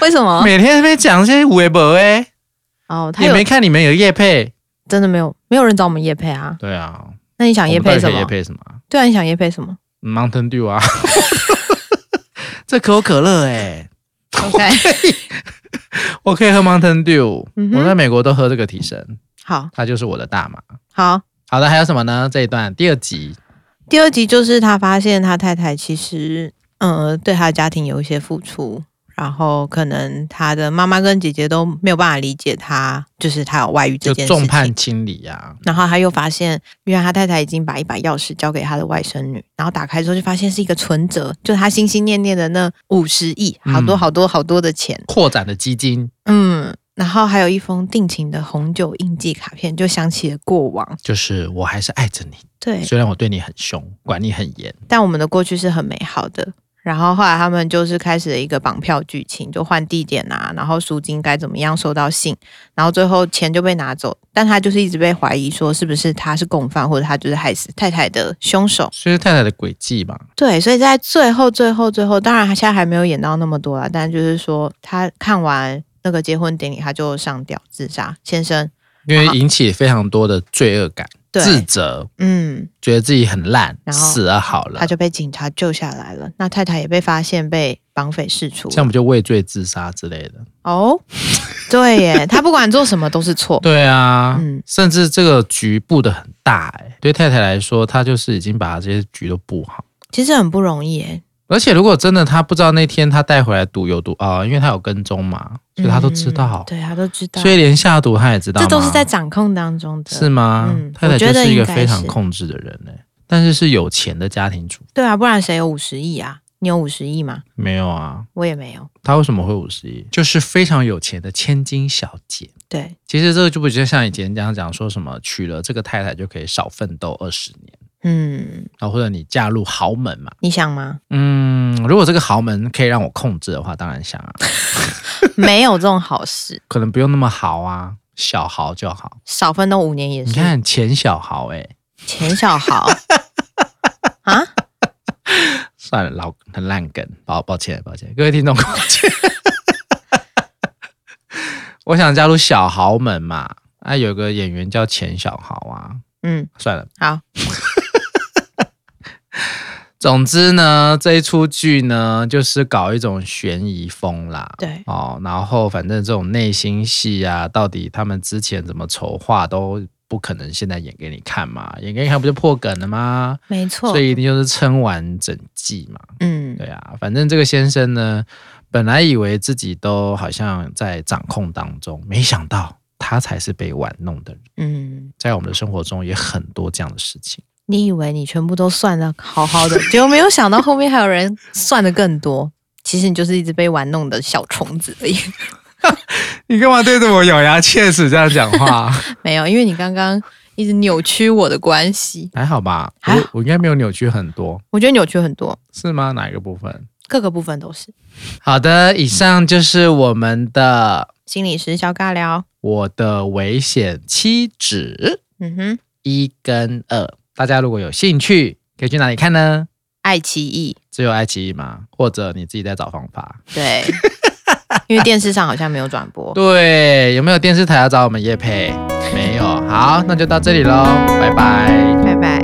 [SPEAKER 2] 为什么？
[SPEAKER 1] 每天在那边讲一些微博哎，
[SPEAKER 2] 哦，他
[SPEAKER 1] 也
[SPEAKER 2] 有
[SPEAKER 1] 没看你们有叶配。
[SPEAKER 2] 真的没有没有人找我们叶配啊？
[SPEAKER 1] 对啊，
[SPEAKER 2] 那你想叶配什
[SPEAKER 1] 叶
[SPEAKER 2] 么？
[SPEAKER 1] 配什么啊
[SPEAKER 2] 对啊，你想叶配什么
[SPEAKER 1] ？Mountain Dew
[SPEAKER 2] <laughs>
[SPEAKER 1] 啊，这可口可乐哎，
[SPEAKER 2] ？OK， <laughs>
[SPEAKER 1] 我可以喝 Mountain Dew，、
[SPEAKER 2] 嗯哼
[SPEAKER 1] 我在美国都喝这个提神，
[SPEAKER 2] 好
[SPEAKER 1] 它就是我的大麻。
[SPEAKER 2] 好。
[SPEAKER 1] 好的，还有什么呢？这一段第二集，
[SPEAKER 2] 第二集就是他发现他太太其实，呃，对他的家庭有一些付出，然后可能他的妈妈跟姐姐都没有办法理解他，就是他有外遇这
[SPEAKER 1] 就
[SPEAKER 2] 件事
[SPEAKER 1] 众
[SPEAKER 2] 情。
[SPEAKER 1] 叛亲离啊，
[SPEAKER 2] 然后他又发现，原来他太太已经把一把钥匙交给他的外甥女，然后打开之后就发现是一个存折，就是他心心念念的那五十亿，好多
[SPEAKER 1] 嗯
[SPEAKER 2] 好多好多的钱，
[SPEAKER 1] 扩展的基金
[SPEAKER 2] 嗯。然后还有一封定情的红酒印记卡片，就想起了过往。
[SPEAKER 1] 就是我还是爱着你，
[SPEAKER 2] 对，
[SPEAKER 1] 虽然我对你很凶，管你很严。
[SPEAKER 2] 但我们的过去是很美好的。然后后来他们就是开始了一个绑票剧情，就换地点啊，然后赎金该怎么样收到信，然后最后钱就被拿走。但他就是一直被怀疑说是不是他是共犯，或者他就是害死太太的凶手。
[SPEAKER 1] 所以太太的诡计嘛，
[SPEAKER 2] 对，所以在最后、最后、最后，当然他现在还没有演到那么多啦，但就是说他看完那个结婚典礼，他就上吊自杀。先生，
[SPEAKER 1] 因为引起非常多的罪恶感、
[SPEAKER 2] 对
[SPEAKER 1] 自责，
[SPEAKER 2] 嗯，
[SPEAKER 1] 觉得自己很烂，
[SPEAKER 2] 然后
[SPEAKER 1] 死了好了
[SPEAKER 2] 他，就被警察救下来了。那太太也被发现被绑匪释出了
[SPEAKER 1] 这样不就畏罪自杀之类的？
[SPEAKER 2] 哦，对耶，他不管做什么都是错。
[SPEAKER 1] 对啊，
[SPEAKER 2] 嗯
[SPEAKER 1] 甚至这个局布的很欸大哎、对太太来说，她就是已经把这些局都布好，
[SPEAKER 2] 其实很不容易耶，
[SPEAKER 1] 而且如果真的他不知道那天他带回来赌有毒啊、因为他有跟踪嘛，所以他都知道
[SPEAKER 2] 嗯，对他都知道，
[SPEAKER 1] 所以连下毒他也知道吗，
[SPEAKER 2] 这都是在掌控当中的。
[SPEAKER 1] 是吗？
[SPEAKER 2] 嗯
[SPEAKER 1] 太太就
[SPEAKER 2] 我觉得
[SPEAKER 1] 是一个
[SPEAKER 2] 应该
[SPEAKER 1] 非常
[SPEAKER 2] 是
[SPEAKER 1] 控制的人呢、但是是有钱的家庭主妇
[SPEAKER 2] 对啊，不然谁有五十亿啊？你有五十亿吗？
[SPEAKER 1] 没有啊？
[SPEAKER 2] 我也没有。
[SPEAKER 1] 她为什么会五十亿？就是非常有钱的千金小姐。
[SPEAKER 2] 对，
[SPEAKER 1] 其实这个就不就像以前这样讲说什么娶了这个太太就可以少奋斗二十年，
[SPEAKER 2] 嗯，
[SPEAKER 1] 然后或者你嫁入豪门嘛。
[SPEAKER 2] 你想吗？
[SPEAKER 1] 嗯，如果这个豪门可以让我控制的话，当然想啊，
[SPEAKER 2] 没有这种好事，
[SPEAKER 1] 可能不用那么豪啊，小豪就好。
[SPEAKER 2] 少奋斗五年也
[SPEAKER 1] 你
[SPEAKER 2] 是。
[SPEAKER 1] 看钱小豪、欸，
[SPEAKER 2] 钱
[SPEAKER 1] <laughs>
[SPEAKER 2] 小豪啊，
[SPEAKER 1] 算了，老很烂梗，抱抱歉抱歉，各位听众抱歉。 <laughs> 我想加入小豪门嘛，啊，有个演员叫钱小豪啊，
[SPEAKER 2] 嗯，
[SPEAKER 1] 算了。
[SPEAKER 2] 好，
[SPEAKER 1] 总之呢，这一出剧呢，就是搞一种悬疑风啦。
[SPEAKER 2] 对，
[SPEAKER 1] 哦，然后反正这种内心戏啊，到底他们之前怎么筹划都不可能现在演给你看嘛，演给你看不就破梗了吗？
[SPEAKER 2] 没错
[SPEAKER 1] 所，以一定就是撑完整季嘛。
[SPEAKER 2] 嗯，
[SPEAKER 1] 对啊，反正这个先生呢，本来以为自己都好像在掌控当中，没想到他才是被玩弄的人。
[SPEAKER 2] 嗯，
[SPEAKER 1] 在我们的生活中也很多这样的事情。
[SPEAKER 2] 你以为你全部都算的好好的，结果没有想到后面还有人算的更多。其实你就是一直被玩弄的小虫子 <laughs> 而已，
[SPEAKER 1] 你干嘛对着我咬牙切齿这样讲话？
[SPEAKER 2] 没有，因为你刚刚一直扭曲我的关系，
[SPEAKER 1] 还好吧，
[SPEAKER 2] 还
[SPEAKER 1] 我
[SPEAKER 2] 好
[SPEAKER 1] 我应该没有扭曲很多，
[SPEAKER 2] 我觉得扭曲很多，
[SPEAKER 1] 是吗？哪一个部分？
[SPEAKER 2] 各个部分都是。
[SPEAKER 1] 好的，以上就是我们的
[SPEAKER 2] 心理师小尬聊，
[SPEAKER 1] 我的危险期指
[SPEAKER 2] 嗯哼，
[SPEAKER 1] 一跟二，大家如果有兴趣，可以去哪里看呢？
[SPEAKER 2] 爱奇艺，
[SPEAKER 1] 只有爱奇艺吗？或者你自己在找方法？ <laughs>
[SPEAKER 2] 对，因为电视上好像没有转播，
[SPEAKER 1] 对，有没有电视台要找我们叶配？没有。好，那就到这里喽，拜拜。
[SPEAKER 2] 拜拜。